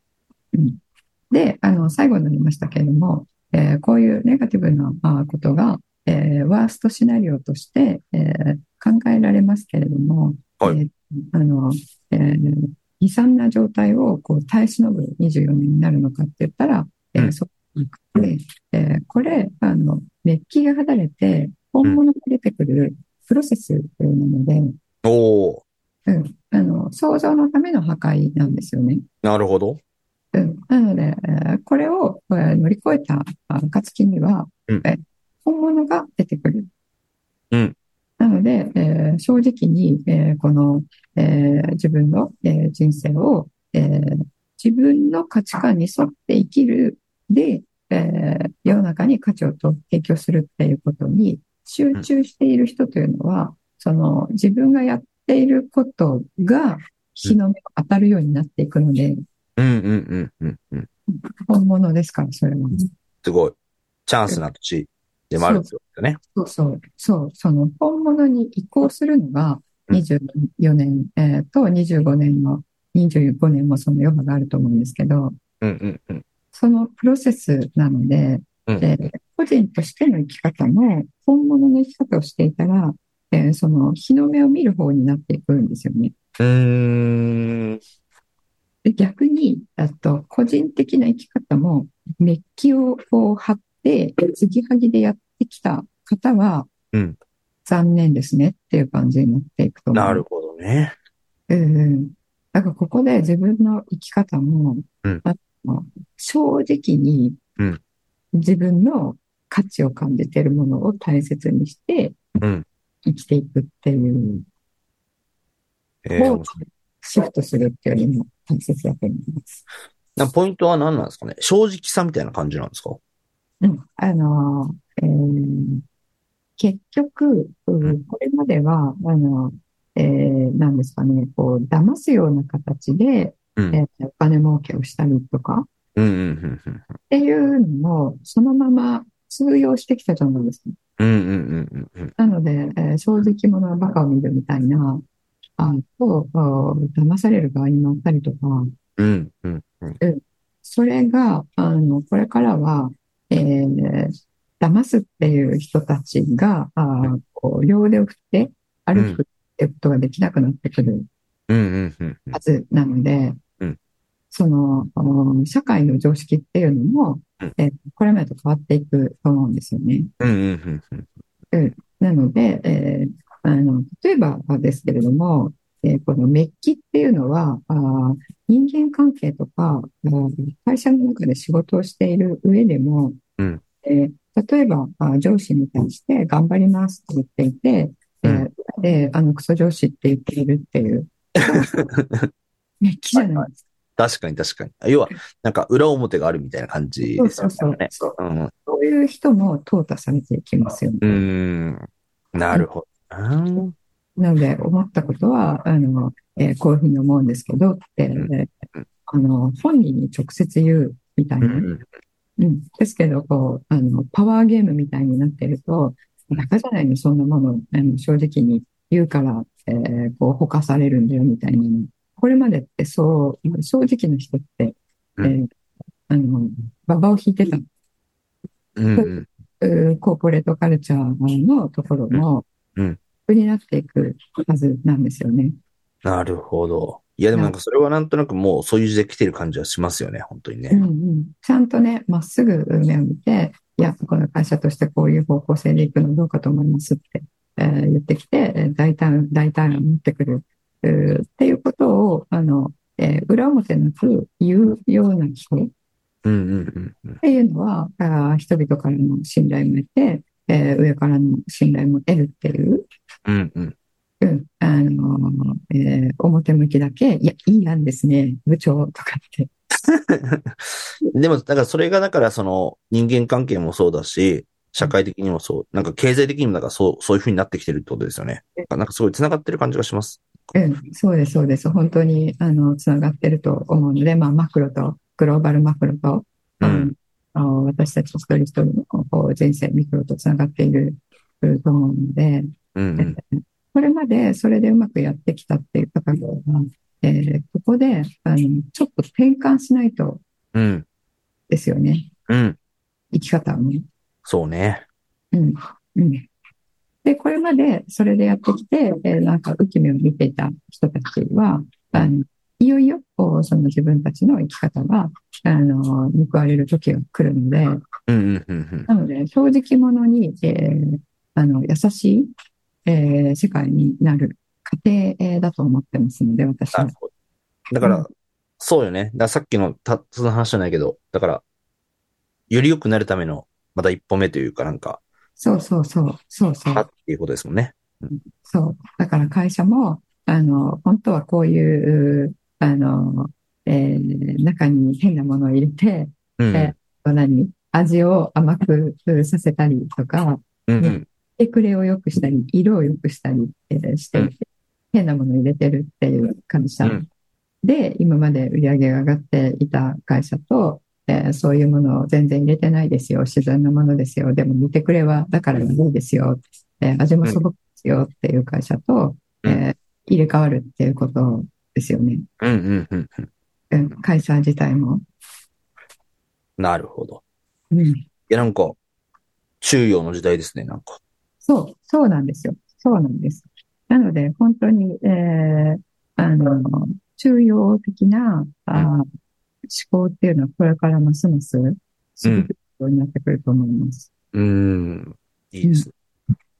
Speaker 2: で、あの、最後になりましたけれども、えーこういうネガティブなあーことが、えーワーストシナリオとして、えー考えられますけれども、
Speaker 3: はい
Speaker 2: えーあの、えー悲惨な状態をこう耐え忍ぶ24年になるのかって言ったら、えー
Speaker 3: うん
Speaker 2: そうなくて、えーこれ、あの、メッキが離れて、本物が出てくるプロセスなので、
Speaker 3: おー
Speaker 2: うん、あの、想像のための破壊なんですよね。
Speaker 3: なるほど。
Speaker 2: うん、なので、えーこれをえー乗り越えたあ暁には、
Speaker 3: うん
Speaker 2: えー本物が出てくる。
Speaker 3: うん
Speaker 2: なので、えー正直に、えーこの、えー自分の、えー人生を、えー自分の価値観に沿って生きるで、えー世の中に価値をと提供するっていうことに集中している人というのは、その自分がやっていることが日の目を当たるようになっていくので、
Speaker 3: うんうんうんうんうん。
Speaker 2: 本物ですから、それは。
Speaker 3: すごい。チャンスな年でもあるんですよね。
Speaker 2: そうそう、そう、その本物に移行するのが、
Speaker 3: うん
Speaker 2: 24年、えーと25年の、25年もその余波があると思うんですけど、
Speaker 3: うんうんうん。
Speaker 2: そのプロセスなので、
Speaker 3: うん
Speaker 2: で個人としての生き方も、本物の生き方をしていたら、えーその日の目を見る方になっていくんですよね。
Speaker 3: うーん。
Speaker 2: で逆に、あと、個人的な生き方も、メッキをこう貼って、継ぎはぎでやってきた方は
Speaker 3: うん、
Speaker 2: 残念ですねっていう感じになっていくと思う。
Speaker 3: なるほどね。
Speaker 2: うんうん。だからここで自分の生き方も、
Speaker 3: うん
Speaker 2: あの正直に
Speaker 3: うん
Speaker 2: 自分の価値を感じているものを大切にして
Speaker 3: うん。
Speaker 2: 生きていくっていう、
Speaker 3: えー、面白い
Speaker 2: シフトするっていうのも大切だと思います。
Speaker 3: なんかポイントは何なんですかね正直さみたいな感じなんですか
Speaker 2: うん、あの、えー結局、うん
Speaker 3: うん
Speaker 2: これまでは、あの、えーなんですかね、こう、騙すような形で、え
Speaker 3: うん。
Speaker 2: ーお金儲けをしたりとか
Speaker 3: うんうんうん
Speaker 2: っていうのも、そのまま通用してきたじゃないですか。
Speaker 3: うん。うんうんうんうんうん。
Speaker 2: なので、えー正直者はバカを見るみたいな、あと、あ騙される側になったりとか、
Speaker 3: うんうんうん。
Speaker 2: それが、あの、これからは、えー騙すっていう人たちが、あーこう両腕を振って歩くってことができなくなってくる
Speaker 3: うんうんうんうん
Speaker 2: はずなので、
Speaker 3: うん
Speaker 2: その、あの社会の常識っていうのも
Speaker 3: うん、
Speaker 2: えーこれまでと変わっていくと思うんですよね。
Speaker 3: うんうんうんうん。
Speaker 2: なので、えーあの、例えばですけれども、えーこのメッキっていうのは、あー人間関係とか、あー会社の中で仕事をしている上でも、
Speaker 3: うん
Speaker 2: えー例えば、あー上司に対して頑張りますって言っていて、えー で、あの、クソ上司って言っているっていう、メッキじゃないですか。
Speaker 3: 確かに確かに。要は、なんか裏表があるみたいな感じ
Speaker 2: そう
Speaker 3: です
Speaker 2: そう
Speaker 3: よ
Speaker 2: そう
Speaker 3: ね。。
Speaker 2: そう
Speaker 3: うん。
Speaker 2: そういう人も淘汰されていきますよね。
Speaker 3: うん。なるほどな。
Speaker 2: なので、思ったことは、あの、えーこういうふうに思うんですけどって、
Speaker 3: ん
Speaker 2: えーあの、本人に直接言うみたいな。
Speaker 3: うん
Speaker 2: うん。ですけど、こう、あの、パワーゲームみたいになってると、バカじゃないの、そんなもの、あの、正直に言うから、えーこう、ほかされるんだよ、みたいな。これまでってそう、正直な人って、えー
Speaker 3: うん
Speaker 2: あの、馬場を引いてた、
Speaker 3: うんうん。
Speaker 2: うーコーポレートカルチャーのところの、
Speaker 3: うんうん
Speaker 2: になっていくはずなんですよね。
Speaker 3: なるほど。いや、でもなんかそれはなんとなくもうそういう時代来てる感じはしますよね、本当に
Speaker 2: うん
Speaker 3: ね。
Speaker 2: うん、ちゃんとね、まっすぐ目を見て、いや、この会社としてこういう方向性で行くのどうかと思いますって、えー言ってきて、えー大胆、大胆を持ってくる、うーっていうことを、あの、えー裏表なく言うような人っ
Speaker 3: うんうんうんうん。
Speaker 2: ていうのは、あー人々からの信頼も得て、えー上からの信頼も得るっていう、
Speaker 3: うんうん。
Speaker 2: うん、あのーえー表向きだけ、いや、いい案ですね、部長とかって。
Speaker 3: でも、だからそれがだからその人間関係もそうだし、社会的にもそう、なんか経済的にもなんかそう、そういう風になってきてるってことですよね。なんかすごい繋がってる感じがします。
Speaker 2: うん、そうです、そうです。本当に、あの、つながってると思うので、まあ、マクロと、グローバルマクロと、
Speaker 3: う
Speaker 2: あの
Speaker 3: ん。
Speaker 2: あの私たち一人一人のこう人生、ミクロとつながっているうんと思うので、
Speaker 3: うんうん。
Speaker 2: これまでそれでうまくやってきたっていう方が、えーここで、あの、ちょっと転換しないと
Speaker 3: うん。
Speaker 2: ですよね。
Speaker 3: うん。
Speaker 2: 生き方をね。
Speaker 3: そうね。
Speaker 2: うん、うん。で、これまでそれでやってきて、えーなんか浮き目を見ていた人たちは、あのいよいよこうその自分たちの生き方が、あの、報われる時が来るので、
Speaker 3: うんうんうんうん。
Speaker 2: なので、正直者に、えーあの、優しい、えー世界になる過程えーだと思ってますので、私
Speaker 3: な
Speaker 2: は
Speaker 3: る。ほどだか
Speaker 2: う
Speaker 3: ら、そうよね。だからさっきのた、その話じゃないけど、だから、より良くなるための、また一歩目というかなんか、
Speaker 2: そうそうそう、そうそう
Speaker 3: あ。っていうことですもんね。
Speaker 2: そう。だから会社も、あの、本当はこういう、あの、えー中に変なものを入れて、
Speaker 3: うんうん。
Speaker 2: 何味を甘くさせたりとか、
Speaker 3: うんうん。
Speaker 2: エクレを良くしたり、色を良くしたり、えーしていて、変なものを入れてるっていう会社
Speaker 3: うん
Speaker 2: で、今まで売り上げが上がっていた会社と、えーそういうものを全然入れてないですよ。自然なものですよ。でも見てくれは、だからいいですよ。えー味も素朴ですよっていう会社と、
Speaker 3: うん
Speaker 2: えー入れ替わるっていうことですよね。
Speaker 3: うんうんうんうん。
Speaker 2: うん会社自体も。
Speaker 3: なるほど。
Speaker 2: うん
Speaker 3: いや、なんか、中央の時代ですね、なんか。
Speaker 2: そう、そうなんですよ。そうなんです。なので、本当に、えーあの、中央的な、あー思考っていうのは、これからますます、すごく必要になってくると思います。
Speaker 3: うーん。いいですね。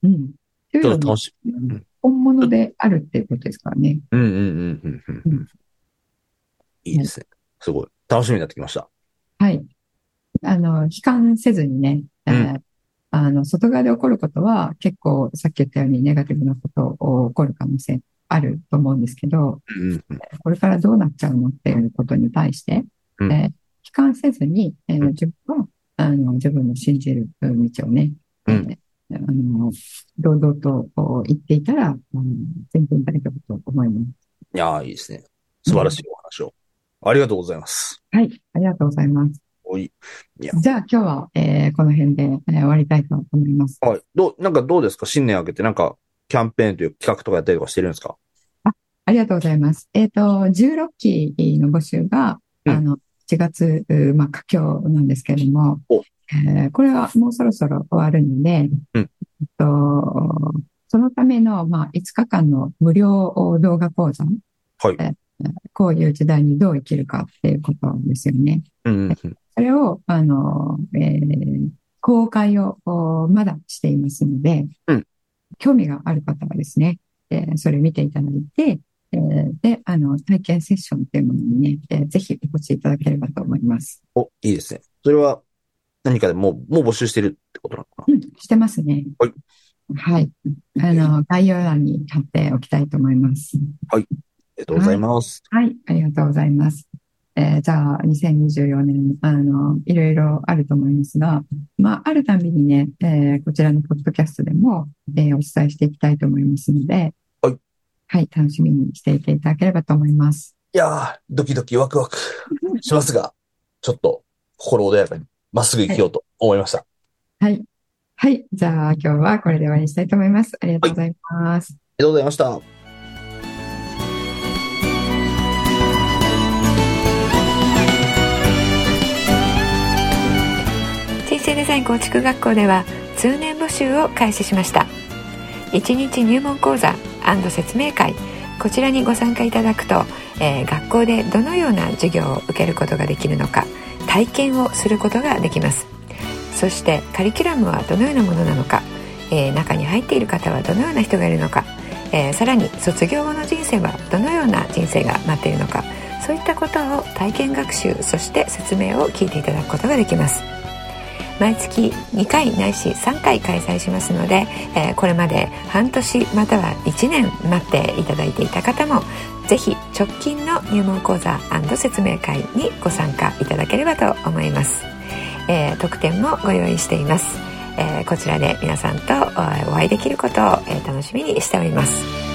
Speaker 2: うん。中
Speaker 3: ちょ
Speaker 2: 央
Speaker 3: っと
Speaker 2: の
Speaker 3: 楽しん
Speaker 2: 本物であるっていうことですからね。
Speaker 3: み。うんうんうんうんうんうん。いいですね。すごい。楽しみになってきました。
Speaker 2: はい。あの、悲観せずにね、えー
Speaker 3: う
Speaker 2: あの、外側で起こることは、結構、さっき言ったようにネガティブなことを起こる可能性あると思うんですけど、
Speaker 3: うんうんうん。
Speaker 2: これからどうなっちゃうのっていうことに対して、
Speaker 3: うん
Speaker 2: えー悲観せずに、えー
Speaker 3: うん
Speaker 2: 自分はあの自分の信じるうん道をね、
Speaker 3: うん
Speaker 2: えーあの堂々とこう言っていたら、あの全然大丈夫と思います。
Speaker 3: いやーいいですね。素晴らしいお話を。ありがとうございます。
Speaker 2: はい、ありがとうございます。
Speaker 3: おい。
Speaker 2: じゃあ今日は、えーこの辺で、えー終わりたいと思います。
Speaker 3: はい。どう、なんかどうですか新年明けて、なんか、キャンペーンという企画とかやったりとかしてるんですか
Speaker 2: ありがとうございます。えっ、と、16期の募集が、
Speaker 3: うん
Speaker 2: あの、7月、うまあ、佳境なんですけれども
Speaker 3: お、
Speaker 2: えーこれはもうそろそろ終わるので、
Speaker 3: う
Speaker 2: え
Speaker 3: ん
Speaker 2: っと、そのための、まあ、5日間の無料動画講座、
Speaker 3: はい。
Speaker 2: こういう時代にどう生きるかっていうことですよね。
Speaker 3: うんうんうん。
Speaker 2: それを、あの、えー公開をおまだしていますので、
Speaker 3: うん
Speaker 2: 興味がある方はですね、えーそれ見ていただいて、えーで、あの、体験セッションというものにね、えーぜひお越しいただければと思います。
Speaker 3: お、いいですね。それは、何かでもう、もう募集してるってことなのかな
Speaker 2: うん、してますね。
Speaker 3: はい。
Speaker 2: はい。あの、概要欄に貼っておきたいと思います。
Speaker 3: ありがとうございます。
Speaker 2: はい、ありがとうございます。えーじゃあ、2024年、あの、いろいろあると思いますが、まあ、あるたびにね、えーこちらのポッドキャストでも、えーお伝えしていきたいと思いますので、
Speaker 3: はい。
Speaker 2: はい、楽しみにしていていただければと思います。
Speaker 3: いやー、ドキドキワクワクしますが、ちょっと心穏やかに、まっすぐ生きようと思いました。あ
Speaker 2: はい。はい、じゃあ、今日はこれで終わりにしたいと思います。ありがとうございます。
Speaker 3: りがとうございました。
Speaker 4: 人生デザイン構築学校では通年募集を開始しました1日入門講座説明会こちらにご参加いただくと、えー学校でどのような授業を受けることができるのか体験をすることができますそしてカリキュラムはどのようなものなのか、えー中に入っている方はどのような人がいるのか、えーさらに卒業後の人生はどのような人生が待っているのかそういったことを体験学習そして説明を聞いていただくことができます毎月2回ないし3回開催しますので、えーこれまで半年または1年待っていただいていた方もぜひ直近の入門講座説明会にご参加いただければと思います、えー特典もご用意しています、えーこちらで皆さんとえーお会いできることをえー楽しみにしております